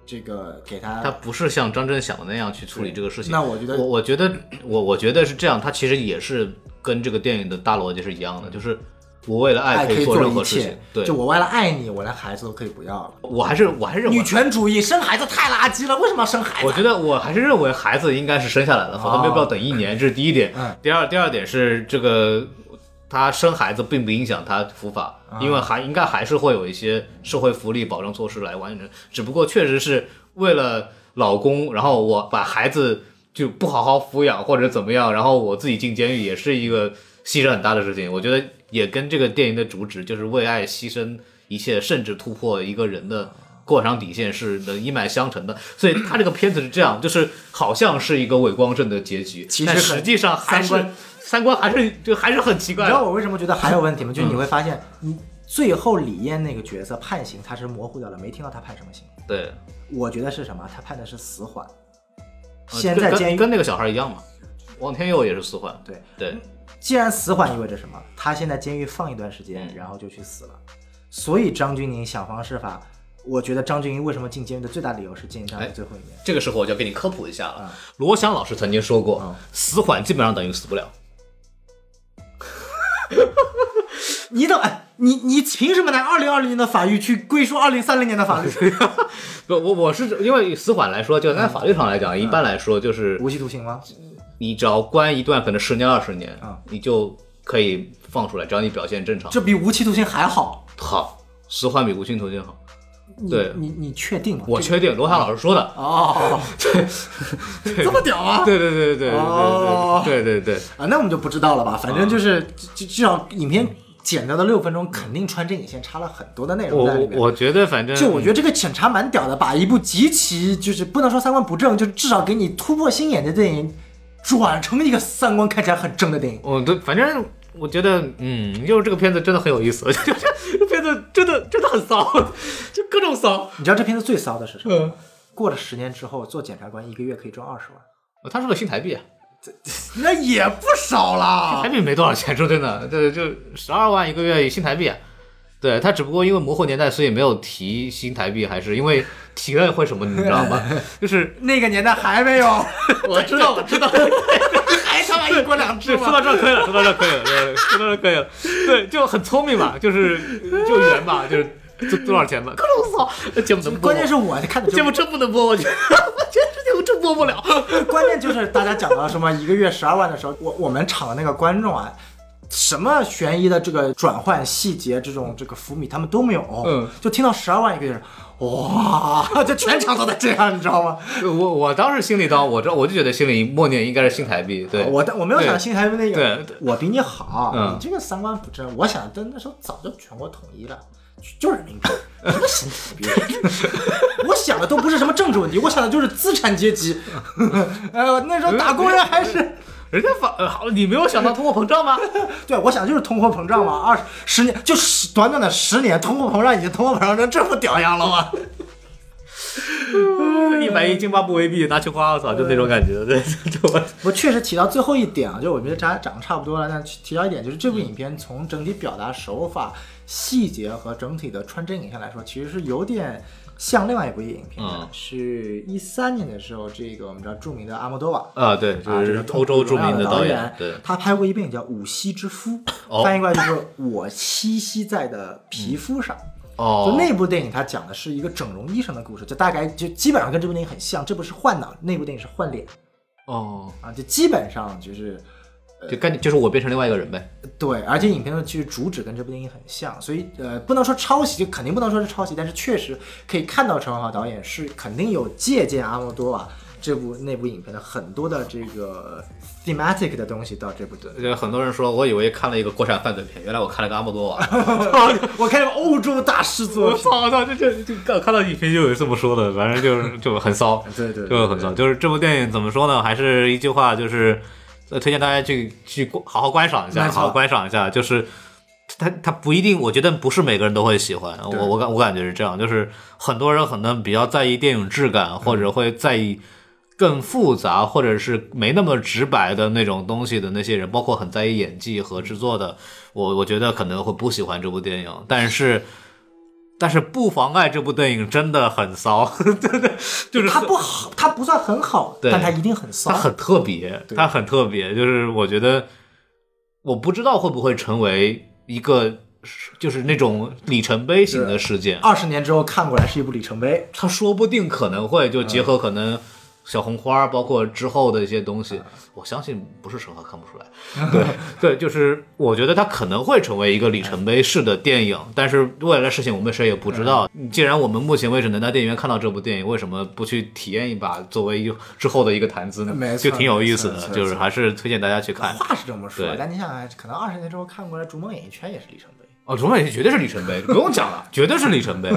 S4: 这个给他
S3: 他不是像张震想的那样去处理这个事情。
S4: 那我觉得
S3: 我我觉得，我我觉得是这样，他其实也是跟这个电影的大逻辑是一样的，就是我为了爱
S4: 爱
S3: 可
S4: 可
S3: 以
S4: 以
S3: 做
S4: 做
S3: 任
S4: 一
S3: 何事
S4: 切
S3: 情。，对，
S4: 就我为了爱你，我连孩子都可以不要了。
S3: 我还是我还是认为
S4: 女，权主义，生孩子太垃圾了，为什么要生孩子？
S3: 我觉得我还是认为孩子应该是生下来的，否则
S4: 哦
S3: 没有必要等一年。这是第一点
S4: 嗯。
S3: 第二第二点是这个。他生孩子并不影响他伏法，
S4: 啊
S3: 因为还应该还是会有一些社会福利保障措施来完成，只不过确实是为了老公，然后我把孩子就不好好抚养或者怎么样，然后我自己进监狱也是一个牺牲很大的事情。我觉得也跟这个电影的主旨就是为爱牺牲一切，甚至突破一个人的过场底线是能一脉相承的。所以他这个片子是这样，就是好像是一个伪光正的结局，
S4: 其实
S3: 但
S4: 很
S3: 实际上还是
S4: 三观
S3: 三观还是就还是很奇
S4: 你
S3: 怪
S4: 知道
S3: 的。
S4: 我为什么觉得还有问题吗？就是你会发现，
S3: 嗯
S4: 你最后李嫣那个角色判刑，她是模糊掉了，没听到她判什么刑。
S3: 对，
S4: 我觉得是什么？她判的是死缓，
S3: 呃
S4: 先在
S3: 哦跟
S4: 监
S3: 跟
S4: 狱。
S3: 跟那个小孩一样嘛，王天佑也是死缓。
S4: 对，
S3: 对，
S4: 既然死缓意味着什么？她先在监狱放一段时
S3: 嗯
S4: 间，然后就去死了。所以张钧甯想方设法，我觉得张钧甯为什么进监狱的最大理由是进到
S3: 哎
S4: 最后一面。
S3: 这个时候我就要给你科普一下了。罗翔老师曾经说过
S4: 啊，
S3: 死缓基本上等于死不了。
S4: 你等，哎你你凭什么拿二零二零年的法律去归属二零三零年的法 律？
S3: 不，我我是因为死缓来说，就按法律上来讲，一般来说就是
S4: 无期徒刑吗？
S3: 你只要关一段可能十年二十年
S4: 啊，
S3: 你就可以放出来，只要你表现正常。
S4: 这比无期徒刑还好。
S3: 好，死缓比无期徒刑好。
S4: 你
S3: 对
S4: 你你确定吗？
S3: 我
S4: 这
S3: 确定，罗翔老师说的。
S4: 哦， 这么屌啊！
S3: 对对对对对
S4: 哦
S3: 对对对对对。
S4: 啊，那我们就不知道了吧？反正就是至至少影片剪掉的六分钟，肯定穿针引线插了很多的内容
S3: 我
S4: 在里
S3: 我
S4: 面。
S3: 我觉得反正
S4: 就我觉得这个审查蛮屌的，把一部极其就是不能说三观不正，就是至少给你突破心眼的电影，转成一个三观看起来很正的电影。
S3: 我对，反正我觉得，嗯，就是这个片子真的很有意思， 就是这片子真的真的很骚，就各种骚。
S4: 你知道这片子最骚的是什么？
S3: 嗯，
S4: 过了十年之后，做检察官一个月可以赚二十万。
S3: 它是个新台币啊，
S4: 那也不少啦
S3: 台。币没多少钱，说真的，对，就十二万一个月新台币、啊。对他只不过因为魔幻年代，所以没有提新台币，还是因为提了会什么，你知道吗？就是
S4: 那个年代还没 有，
S3: 我知道，我 知道，
S4: 还他妈一国两制
S3: 对，说到
S4: 吗？
S3: 这儿可以了，说到这儿可以了，对说到这儿可以了，对，就很聪明嘛，就是就圆吧，就是多多少钱吧，可是我操，这节目能播吗？
S4: 关键是我看 的
S3: 节目真不能播，我觉得，我觉得这节目真播不了。
S4: 关键就是大家讲到什么一个月十二万的时候，我我们场的那个观众啊，什么悬疑的这个转换细节，这种这个伏笔他们都没有，
S3: 嗯，
S4: 就听到十二万一个月，哇， 就全场都在这样，你知 道吗？
S3: 我我当时心里当，我这我就觉得心里默念应该是新台币，对，
S4: 我我没有想到新台那个
S3: 对对，
S4: 我比你好，
S3: 嗯
S4: 你这个三观不正。我想，但那时候早就全国统一了，就就是人 民币，什么新台币？ 我想的都不是什么政治问题，我想的就是资产阶级。 哎呦，那时候打工人还是。
S3: 人家反呃好，你没有想到通货膨胀吗？
S4: 对，我想就是通货膨胀嘛，二十年就十短短的十年，通货膨胀已经通货膨胀成这副屌样了吗？
S3: 一百亿津巴布韦币拿去花，我操，就那种感觉，对， 就我
S4: 不过确实提到最后一点啊，就是我觉得大家讲的差不多了，但提到一点就是这部影片从整体表达手法、细节和整体的穿针引线来说，其实是有点像另外一部影片的，
S3: 嗯
S4: 是一三年的时候，这个我们知道著名的阿莫多瓦。
S3: 啊，对，就
S4: 啊，这
S3: 是
S4: 个
S3: 欧洲著名
S4: 的
S3: 导
S4: 演
S3: 演，，对，
S4: 他拍过一部电影叫《五息之夫》，
S3: 哦
S4: 翻译过来就是“我栖息在的皮肤上”
S3: 哦
S4: 就，那部电影，它讲的是一个整容医生的故事，就大概就基本上跟这部电影很像。这部是换脑，那部电影是换脸
S3: 哦，
S4: 啊，就基本上就是
S3: 就干就是我变成另外一个人呗，
S4: 对，而且影片的其实主旨跟这部电影很像，所以呃，不能说抄袭，就肯定不能说是抄袭，但是确实可以看到陈文豪导演是肯定有借鉴阿莫多瓦这部那部影片的很多的这个 thematic 的 东西到这部 电影。
S3: 就很多人说，我以为看了一个国产犯罪片，原来我看了个阿莫多瓦。
S4: 我看欧洲大师作
S3: 我
S4: 品，
S3: 操！我操！这这这看看到影评就有这么说的，反正就是就很骚，
S4: 对对对
S3: 就很骚。就是这部电影怎么说呢？还是一句话，就是呃，推荐大家去去观好好观赏一下，
S4: 没错
S3: 好好观赏一下。就是它它不一定，我觉得不是每个人都会喜欢。我
S4: 对
S3: 我感我感觉是这样，就是很多人可能比较在意电影质感，或
S4: 嗯
S3: 者会在意。更复杂或者是没那么直白的那种东西的那些人，包括很在意演技和制作的，我我觉得可能会不喜欢这部电影，但是。但是不妨碍这部电影真的很骚， 真的就是
S4: 它不好，它不算很好，
S3: 对
S4: 但它一定很骚
S3: 它。很特别，它很特别，就是我觉得我不知道会不会成为一个就是那种里程碑型的事件，
S4: 二十年之后看过来是一部里程碑，
S3: 它说不定可能会就
S4: 嗯
S3: 结合可能小红花，包括之后的一些东
S4: 嗯
S3: 西，我相信不是神话看不出来。 对对，就是我觉得它可能会成为一个里程碑式的电影，但是未来的事情我们谁也不知道。
S4: 嗯
S3: 既然我们目前为止能在电影院看到这部电影，为什么不去体验一把，作为一之后的一个谈资
S4: 没
S3: 呢？
S4: 错
S3: 就挺有意思
S4: 没
S3: 的，
S4: 错
S3: 就是还是推荐大家去看。
S4: 话是这么说，
S3: 对
S4: 但你想想，可能二十年之后看过来，《逐梦演艺圈》也是里程碑。
S3: 哦，《龙美绝对是里程碑，不用讲了，绝对是里 程碑。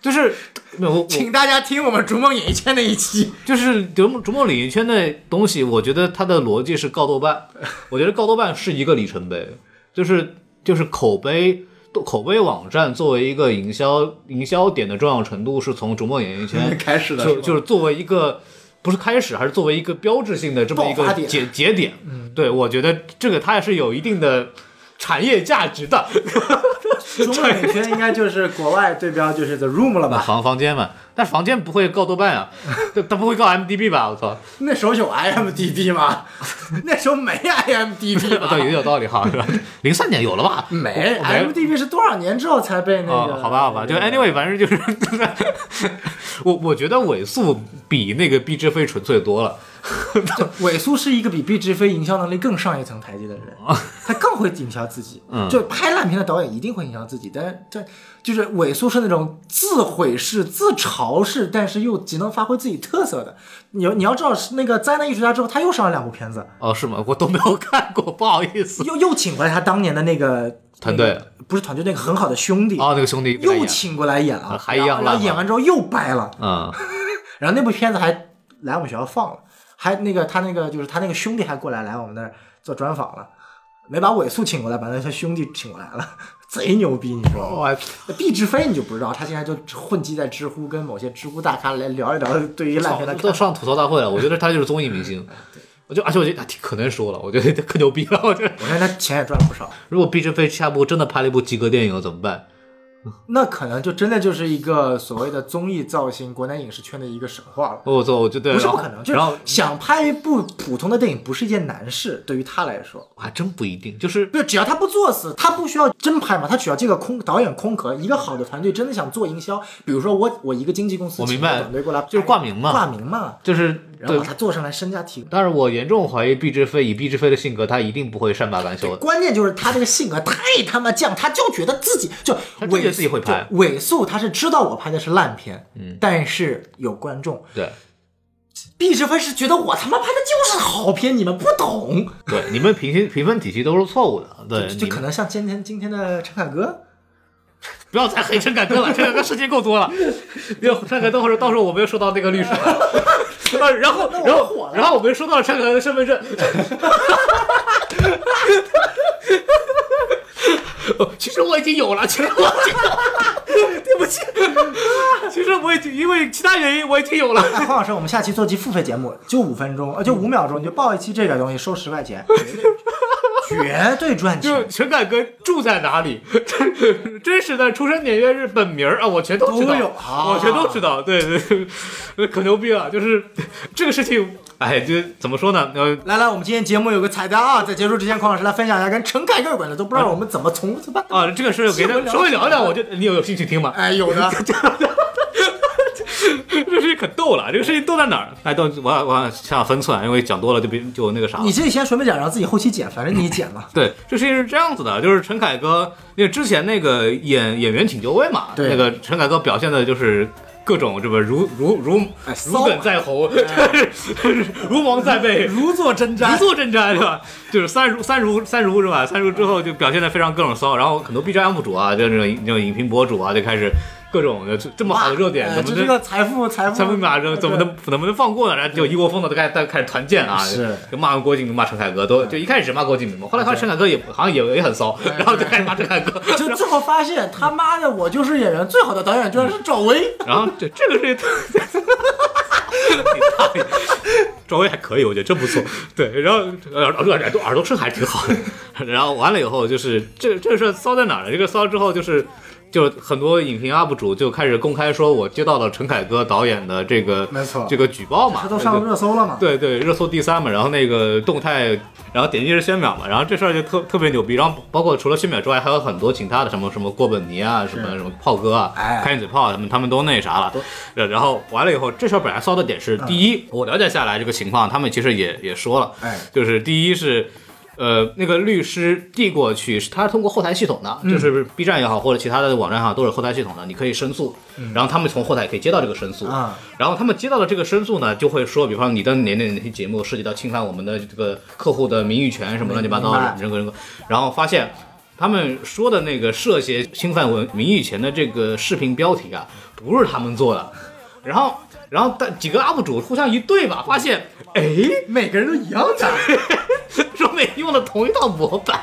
S3: 就是没有我我
S4: 大家听我们《逐梦演艺圈》那一 期。》
S3: 就是《逐梦逐梦演艺圈》的东西，我觉得它的逻辑是告豆瓣，我觉得告豆瓣是一个里程碑，就是就是口碑。口碑网站作为一个营销营销点的重要程度，是从《逐梦演艺圈
S4: 开始的是
S3: 就
S4: 吗
S3: 就是作为一个不是开始，还是作为一个标志性的这么一
S4: 爆发
S3: 个
S4: 点嗯
S3: 节节点。对，我觉得这个它也是有一定的产业价值 的。
S4: 《逐梦演艺圈》应该就是国外对标就是 The Room 了 吧？
S3: 房房间嘛，但是房间不会告豆瓣 啊，它它不会告 MDB 吧？我操！
S4: 那时候有 IMDB 吗？ 那时候没 IMDB
S3: 倒也
S4: 吧？
S3: 有道理哈，是 吧？零三年有了吧？
S4: 没
S3: 我没
S4: IMDB 是多少年之后才被那
S3: 哦
S4: 个？，
S3: 好吧，好吧，就 anyway，反正就是 我我觉得尾速比那个毕志飞纯粹多了。
S4: 尾苏是一个比毕志飞营销能力更上一层台阶的人，
S3: 哦
S4: 他更会营销 自己。
S3: 嗯
S4: 就拍烂片的导演一定会营销自己，但是这就是尾苏是那种自毁式、自嘲式，但是又极能发挥自己特色的。你要你要知道，是那个灾难艺术家之后，他又上了两部 片子，
S3: 哦，是吗？我都没有看过，不好意思。
S4: 又又请回来他当年的那个
S3: 团队
S4: 那个不是团队，那个很好的兄弟，
S3: 哦，那个兄弟
S4: 又请过来演了，
S3: 啊还一样
S4: 然后
S3: 烂
S4: 然后
S3: 吗
S4: 演完之后又掰了，
S3: 啊，
S4: 然后那部片子还来我们学校放了，还那个他那个就是他那个兄弟还过来来我们那儿做专访了，没把尾素请过来，把那些兄弟请过来了，贼牛逼，你说？
S3: 我
S4: 那毕志飞你就不知道，他现在就混迹在知乎跟某些知乎大咖来聊一聊对于烂片的
S3: 都
S4: 看法。
S3: 上吐槽大会了。我觉得他就是综艺明星，我就而且我觉得啊，可能说了，我觉得可牛逼了，我觉得
S4: 我看他钱也赚了不少，
S3: 如果毕志飞下部真的拍了一部及格电影怎么办？
S4: 那可能就真的就是一个所谓的综艺造型，国内影视圈的一个神话了。
S3: 我操，我就对，
S4: 不是
S3: 然
S4: 不
S3: 后
S4: 可能，就
S3: 然后
S4: 是想拍一部普通的电影不是一件难事，对于他来说。
S3: 还真不一定，就是
S4: 对，只要他不作死，他不需要真拍嘛，他只要这个空导演空壳，一个好的团队真的想做营销，比如说我我一个经纪公司，
S3: 我明白
S4: 团队过来拍
S3: 就是挂名嘛
S4: 挂名嘛，
S3: 就是
S4: 然后
S3: 对
S4: 把。他做上来，身价提高。
S3: 但是我严重怀疑毕志飞以毕志飞的性格，他一定不会善罢甘休的。
S4: 关键就是他这个性格太他妈犟，他就觉得自己就
S3: 他就
S4: 尾
S3: 觉得自己会拍
S4: 就尾速他是知道我拍的是烂片，嗯，但是有观众，
S3: 对
S4: 毕志飞是觉得我他妈拍的就是好片，你们不懂，
S3: 对，你们评分评分体系都是错误的。对，
S4: 就
S3: 你
S4: 可
S3: 们
S4: 能像今天今天的陈凯歌，
S3: 不要再黑陈凯 歌了，陈凯歌时间够多了。要陈凯歌，或者到时候我们又收到那个律师了。啊然后，然
S4: 那我火
S3: 后
S4: 了，
S3: 然后我们又收到了陈凯歌的身份证。哦 其实我已经有了，其实我已经有了，对不起，其实我已经因为其他原因我已经有了。
S4: 哎，黄老师，我们下期做期付费节目，就五分钟，呃，就五秒钟，你就报一期这个东西，收十块 钱，绝对赚
S3: 就是
S4: 钱。
S3: 陈凯歌住在哪里， 真真实的出生年月日、本名儿啊，我全都知道，
S4: 都有啊
S3: 我全都知道，对对，对 可牛逼了！就是这个事情，哎，就怎么说呢？呃，
S4: 来来，我们今天节目有个彩蛋啊，在结束之前，匡老师来分享一下跟陈凯歌有关的，都不知道我们怎么从怎么办。
S3: 啊，这个事儿给
S4: 稍
S3: 他
S4: 微聊
S3: 稍微聊聊，我就你有有兴趣听吗？
S4: 哎，有的，
S3: 这个事情可逗了，这个事情逗在哪儿？哎，逗我我我想分寸，因为讲多了就别就那个啥了
S4: 你。这里先随便讲，然后自己后期剪，反正你剪嘛。
S3: 对，这事情是这样子的，就是陈凯歌，因为之前那个演演员请就位嘛，
S4: 对
S3: 那个陈凯歌表现的就是各种这个如如如
S4: 哎
S3: 如
S4: 骚哎
S3: 鲠在喉， 如芒在背，
S4: 如坐针
S3: 如。坐针毡是吧？就是三如三如三如是吧？三如之后就表现的非常各种骚，然后很多 B 站 UP 主啊，就那种那种影评博主啊，就开始各种的这这么好的热点，
S4: 哎
S3: 怎
S4: 就
S3: 么
S4: 这
S3: 能
S4: 个财 富财富
S3: 咱们马啊这怎么
S4: 啊
S3: 能怎么能放过呢？然后就一窝蜂的都开都开始团建啊，
S4: 是
S3: 就骂郭敬明、骂陈凯歌，都就一开始只骂郭敬明嘛，后来发现陈凯歌也好像也也很骚，然后就开始骂陈凯歌，
S4: 就最后发现他妈的，我就是演员，最好的导演居然是赵薇。
S3: 然后这 这个是。周围还可以，我觉得真不错。对，然后呃耳朵耳朵耳朵声还挺好的。然后完了以后，就是这这个事儿骚在哪儿呢？这个骚之后，就是就很多影评 UP 主就开始公开说，我接到了陈凯歌导演的这个
S4: 没错
S3: 这个举报嘛，
S4: 他都上
S3: 对
S4: 热搜了嘛？
S3: 对对，热搜第三嘛，然后那个动态，然后点击是宣秒嘛，然后这事儿就特特别牛逼，然后包括除了宣秒之外，还有很多其他的什么什么郭本尼啊，什么什么炮哥啊，
S4: 哎
S3: 开心嘴炮啊，他们他们都那啥了，呃然然后完了以后，这事儿本来骚的点
S4: 嗯
S3: 是，第一，我了解下来这个情况，他们其实也也说了，
S4: 哎
S3: 就是第一是。呃，那个律师递过去，是他是通过后台系统的，
S4: 嗯
S3: 就是 B 站也好，或者其他的网站也好，都有后台系统的，你可以申诉，然后他们从后台也可以接到这个申诉，
S4: 嗯啊
S3: 然后他们接到了这个申诉呢，就会说，比方你的哪哪哪期节目涉及到侵犯我们的这个客户的名誉权什么乱七八糟
S4: 明白
S3: 的人格人格，然后发现他们说的那个涉嫌侵犯我名誉权的这个视频标题啊，不是他们做的，然后然后但几个 UP 主互相一对吧，发现哎。
S4: 每个人都一样的。
S3: 说每用了同一套模板，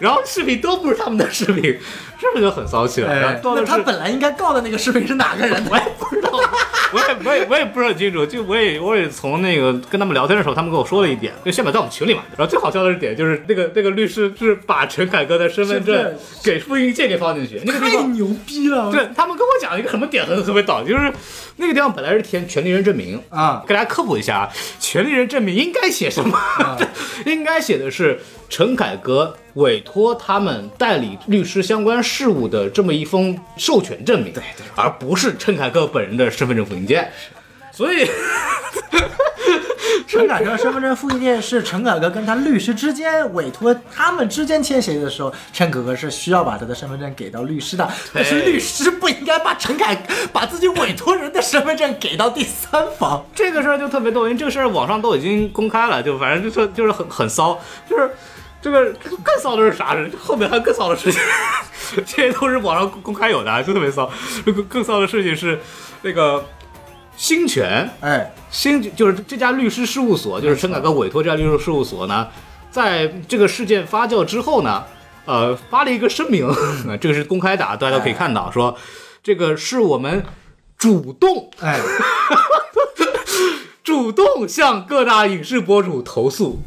S3: 然后视频都不是他们的视频，是不是就很骚气了？然哎后到
S4: 那
S3: 底
S4: 他
S3: 是
S4: 本来应该告的那个视频是哪个 人的？
S3: 我也不知道， 我也我也我也不是很清楚，就我也我也从那个跟他们聊天的时候，他们跟我说了一点，就先摆在我们群里嘛。然后最好笑的是点就是那个那个律师是把陈凯歌的身份
S4: 身份
S3: 证给复印件给放进去，那个地
S4: 太
S3: 方。
S4: 牛逼了！
S3: 对他们跟我讲一个什么点很特别倒，就是那个地方本来是填权利人证明
S4: 啊
S3: 给大家科普一下啊，权利人证明应该写什么？ 应该写的是陈凯歌委托他们代理律师相关事务的这么一封授权证明，对对，而不是陈凯歌本人的身份证复印件。所以，
S4: 陈凯歌身份证复印件是陈凯歌跟他律师之间委托他们之间签协议的时候，陈凯歌是需要把他的身份证给到律师的，但是律师不应该把陈凯把自己委托人的身份证给到第三方。
S3: 这个事儿就特别逗，因为这个事儿网上都已经公开了，就反正就是就是很很骚，就是这个更骚的是啥事？后面还有更骚的事情， 这些都是网上公开有的，啊就特别骚。更更骚的事情是那个新权，
S4: 哎，
S3: 新就是这家律师事务所，就是陈凯歌委托这家律师事务所呢，在这个事件发酵之后呢，呃，发了一个声明， 这个是公开的，啊，大家都可以看到，说这个是我们主动
S4: 哎，
S3: 主动向各大影视博主投诉。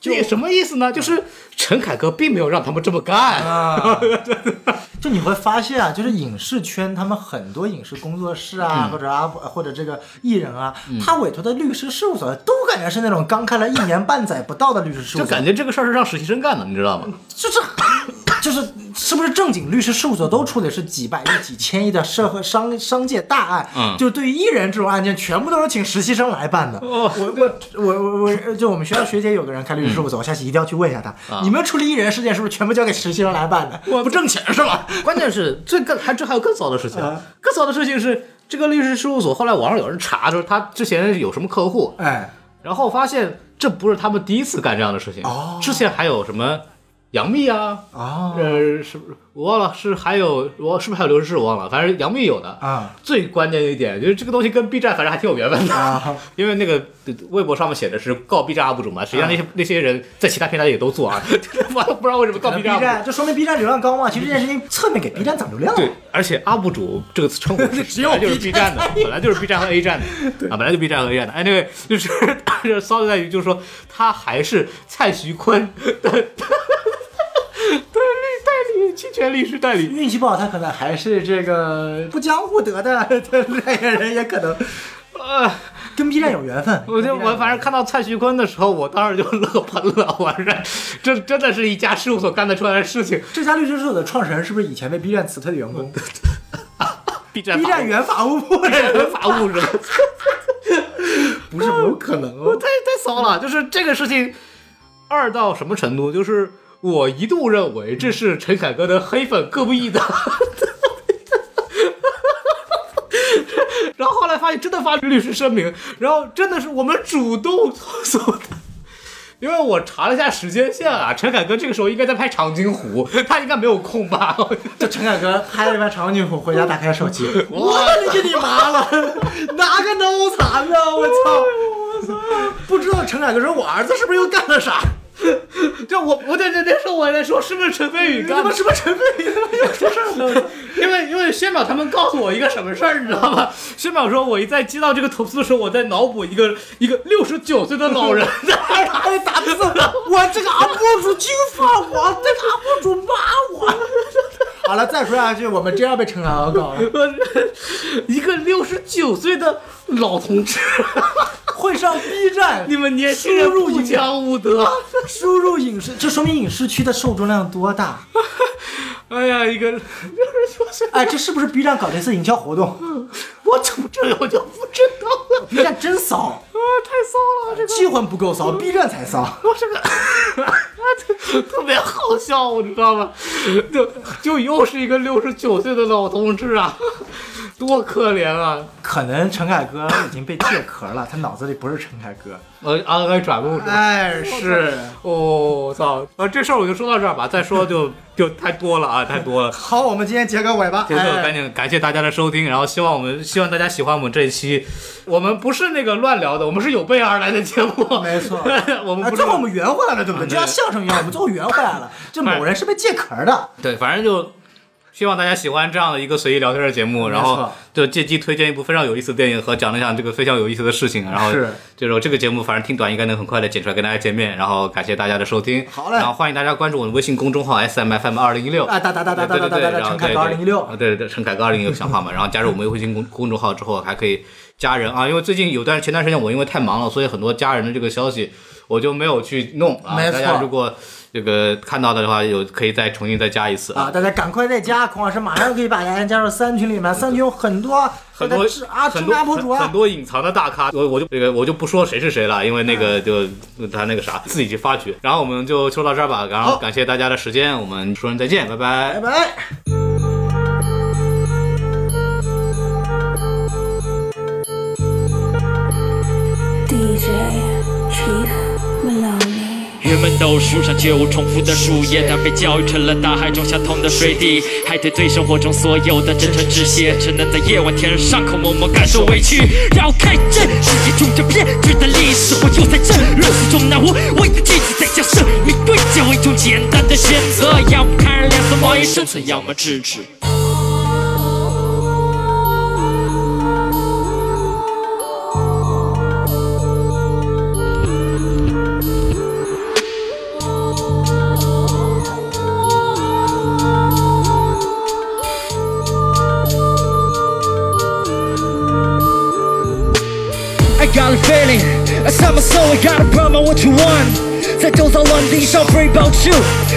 S3: 这什么意思呢？就是陈凯歌并没有让他们这么干。
S4: 啊，就你会发现啊，就是影视圈他们很多影视工作室啊，或者啊，或者这个艺人啊，他委托的律师事务所都感觉是那种刚开了一年半载不到的律师事务
S3: 就
S4: 所，
S3: 感觉这个事儿是让实习生干的，你知道吗？
S4: 就是 就是是不是正经律师事务所都处理是几百亿、几千亿的社会商商界大案？嗯，就对于艺人这种案件，全部都是请实习生来办的。哦，我我我我我，就我们学校学姐有个人开律师事务所，我下次一定要去问一下他，你们处理艺人事件是不是全部交给实习生来办的？我不挣钱是吧？ 啊
S3: 关键是这更还这还有更糟的事情，更糟的事情是这个律师事务所后来网上有人查，就是他之前有什么客户，
S4: 哎，
S3: 然后发现这不是他们第一次干这样的事情，
S4: 哦
S3: 之前还有什么杨幂啊，
S4: 哦
S3: 呃，是不是我忘了是还有我是不是还有刘诗诗我忘了，反正杨幂有的
S4: 啊。
S3: 最关键的一点就是这个东西跟 B 站反正还挺有缘分的，
S4: 啊
S3: 因为那个呃微博上面写的是告 B 站 UP 主嘛，实际上
S4: 啊
S3: 那些、那些人在其他平台也都做啊， 完了不知道为什么告 B
S4: B
S3: 站 UP 主。
S4: 站，这说明 B 站 B 站流量高嘛？其实这件事情侧面给 B 站涨流量 了。
S3: 对，而且 UP 主这个词称呼 只有就是 B 站的，本来就是 B 站和 A 站的啊，本来就 B 站和 A 站的。哎，那个就是 就是骚的在于，就是说他还是蔡徐坤的 的律代理，侵权律师代理。
S4: 运气不好，他可能还是这个不讲武德的 代言人，也可能
S3: 呃，
S4: 跟 B 站有缘分。
S3: 我就
S4: 跟 B 站
S3: 我反正看到蔡徐坤的时候，我当时就乐喷了，我说这真的是一家事务所干得出来的事情。
S4: 这家律师事务所的创始人是不是以前被 B 站辞退的员工 ？B
S3: B 站法
S4: 站原法务部的人
S3: 人法 务人。
S4: 不是有可能哦。
S3: 太太骚了！就是这个事情二到什么程度？就是我一度认为这是陈凯歌的黑粉各不一党，然后后来发现真的发律师声明，然后真的是我们主动投诉的。因为我查了一下时间线啊，陈凯歌这个时候应该在拍《长津湖》，他应该没有空吧？
S4: 就陈凯歌拍了一盘《长津湖》，回家打开手 机，我勒个你妈了，拿个脑残呢！我操！我操！不知道陈凯歌说，我儿子是不是又干了啥？
S3: 就我我在那那时候我还在说，是不是陈飞宇
S4: 他
S3: 干
S4: 妈
S3: 的？
S4: 是不是陈飞宇他妈又出 事儿了？
S3: 因为因为轩淼他们告诉我一个什么事儿，你知道吗？ 轩淼说，我一在接到这个投诉的时候，我在脑补一个一个六十九岁的老人 在那
S4: 还打字，我这个 UP 主侵犯我，这个 UP 主骂我。 好了，再说下去，我们真要被陈凯歌搞了。
S3: 儿，一个六十九岁的老同志，
S4: 会上 B 站，
S3: 你们年轻人
S4: 输入
S3: 不
S4: 影像
S3: 讲武德。
S4: 输入影视，这说明影视区的受众量多大？
S3: 哎呀，一个六十九岁，
S4: 哎，这是不是 B 站搞的一次营销活
S3: 嗯
S4: 动
S3: 我怎么这个我就不知道了。
S4: ？B 站真骚，
S3: 啊，太骚了，这
S4: 气魂不够骚，B 站才骚。
S3: 我这个 特特别好笑，我知道吗？就就又是一个六十九岁的老同志啊， 多可怜啊！
S4: 可能陈凯歌已经被借壳了，他脑子里不是陈凯歌。
S3: 呃，安安转录着。
S4: 哎，是，
S3: 哦，我操！啊，这事儿我就说到这儿吧，再说就 就太多了啊，太多了。
S4: 好，我们今天结个尾吧。
S3: 这就
S4: 哎
S3: 赶紧感谢大家的收听，然后希望我们希望大家喜欢我们这一期。我们不是那个乱聊的，我们是有备而来的节目。
S4: 没 错
S3: 啊我们
S4: 哎，
S3: 不是
S4: 最后我们圆回来了，对不对？
S3: 啊
S4: 就像
S3: 对
S4: 相声一样，我们最后圆回来 了。这某人是被借壳的，
S3: 对，反正就希望大家喜欢这样的一个随意聊天的节目，然后就借机推荐一部非常有意思的电影和讲了讲这个非常有意思的事情，然后
S4: 是
S3: 就是这个节目，反正挺短，应该能很快的剪出来跟大家见面，然后感谢大家的收听，
S4: 好嘞
S3: 然后欢迎大家关注我们微信公众号 S M F M 二零一六
S4: 啊哒哒哒哒哒哒哒
S3: 哎
S4: 哒
S3: 对对对
S4: 陈凯歌
S3: 然后对对
S4: 2016
S3: 啊对对对，陈凯歌二零一六想法嘛，然后加入我们微信公公众号之后还可以加人啊，因为最近有段前段时间我因为太忙了，所以很多加人的这个消息我就没有去弄啊，
S4: 没错
S3: 大家如果这个看到的话，有可以再重新再加一次
S4: 啊，大家赶快在家，孔老师马上可以把大家加入三群里面，三群有很多
S3: 很多
S4: 知啊知
S3: 很多
S4: 名博主
S3: 很
S4: 啊
S3: 很。多隐藏的大咖，我我就这个我就不说谁是谁了，因为那
S4: 嗯
S3: 个就他那个啥，自己去发掘。然后我们就说到这儿吧，然后
S4: 好
S3: 感谢大家的时间，我们说声再见，拜拜
S4: 拜。拜。
S5: DJ Chief Maloney。
S8: 人们都书上就重复的树叶，但被教育成了大海中相同的水滴，还得对生活中所有的真诚致谢，只能在夜晚舔着伤口，默默感受委屈。绕开这世界中这偏执的历史，我又在这乱世中南无为的句子，在向生命对焦一种简单的选择，要么看人脸色，贸易生存，要么制止。
S5: Oh
S9: got a feeling. That's how my soul, we gotta burn my what you want. 在周遭乱地上 free about you，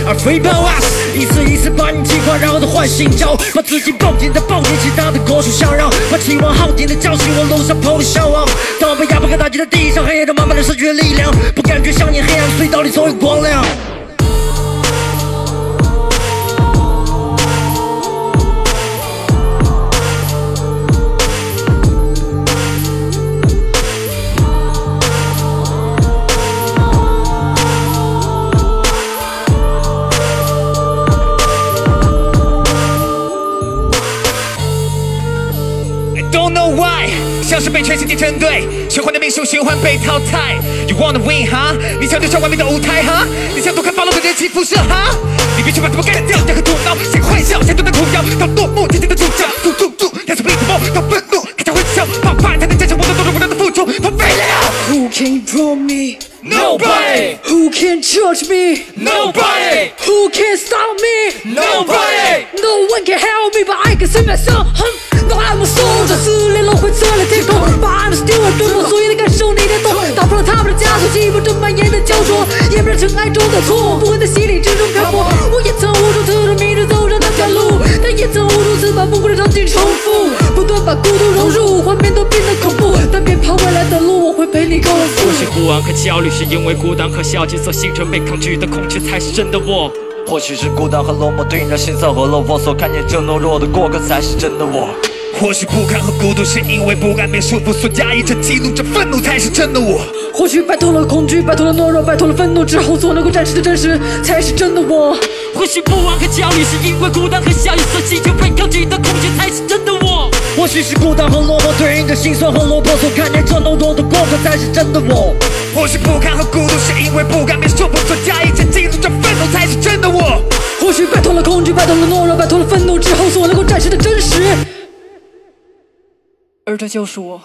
S9: 而 free about us，一次一次把你击垮，然后再唤醒招，把自己抱紧，再抱紧其他的国手相让，把期望耗尽的叫醒我楼上跑的向往。当我被压迫和打击在地上，黑夜中慢慢的失去了力量，不感觉像你黑暗隧道里总有光亮。
S8: I don't know why，像是被全世界针对，循环的命数循环被淘汰。You wanna win 哈、你想追上完美的舞台哈你想躲开暴露的人气辐射哈你必须把他们干掉，任何阻挠，谁幻想，谁都能苦咬，到落幕，坚定的主张，速速速，要是被折磨，到愤怒，开始混淆，怕怕才能战胜我的懦弱，我的付出，他废了。
S9: Who can control me?
S8: Nobody.
S9: Who can judge me?
S8: Nobody.
S9: Who can stop me?
S8: Nobody.
S9: No one can help me, but I can see myself. Hmm, No, I'm a soldier. 撕裂轮回，撕裂天空，把 I'm still a 对我所有的感受，你得懂。打破了他们的枷锁，击破这蔓延的焦灼，掩不了尘埃中的错，不会在洗礼之中漂泊。我也曾无数次的迷着走上那条路，但也曾无数次把不过的场景重复，不断把孤独融入，画面都变得恐怖。但别怕未来的路，我会陪你共赴
S8: 我。是孤昂和焦虑，是因为孤单和消极所形成被抗拒的恐惧，才是真的我。
S10: 或许是孤单和落寞对应着心酸和落魄，所看见正懦弱的过客才是真的我。
S8: 或许不堪和孤独，是因为不安被束缚所压抑着、激怒着、愤怒，才是真的我。
S9: 或许摆脱了恐惧，摆脱了懦弱，摆脱了愤怒之后，所能够展示的真实，才是真的我。
S8: 或许不安和焦虑，是因为孤单和消极所形成被抗拒的恐惧，才是真的我。
S9: 或许是孤单和落寞对应着心酸和落魄，所看见这懦弱的过客，才是真的我。
S8: 或许不堪和孤独，是因为不甘被束缚所压抑着、激怒着、愤怒，才是真的我。
S9: 或许摆脱了恐惧，摆脱了懦弱，摆脱了愤怒之后，所能够展示的真实，而这就是我。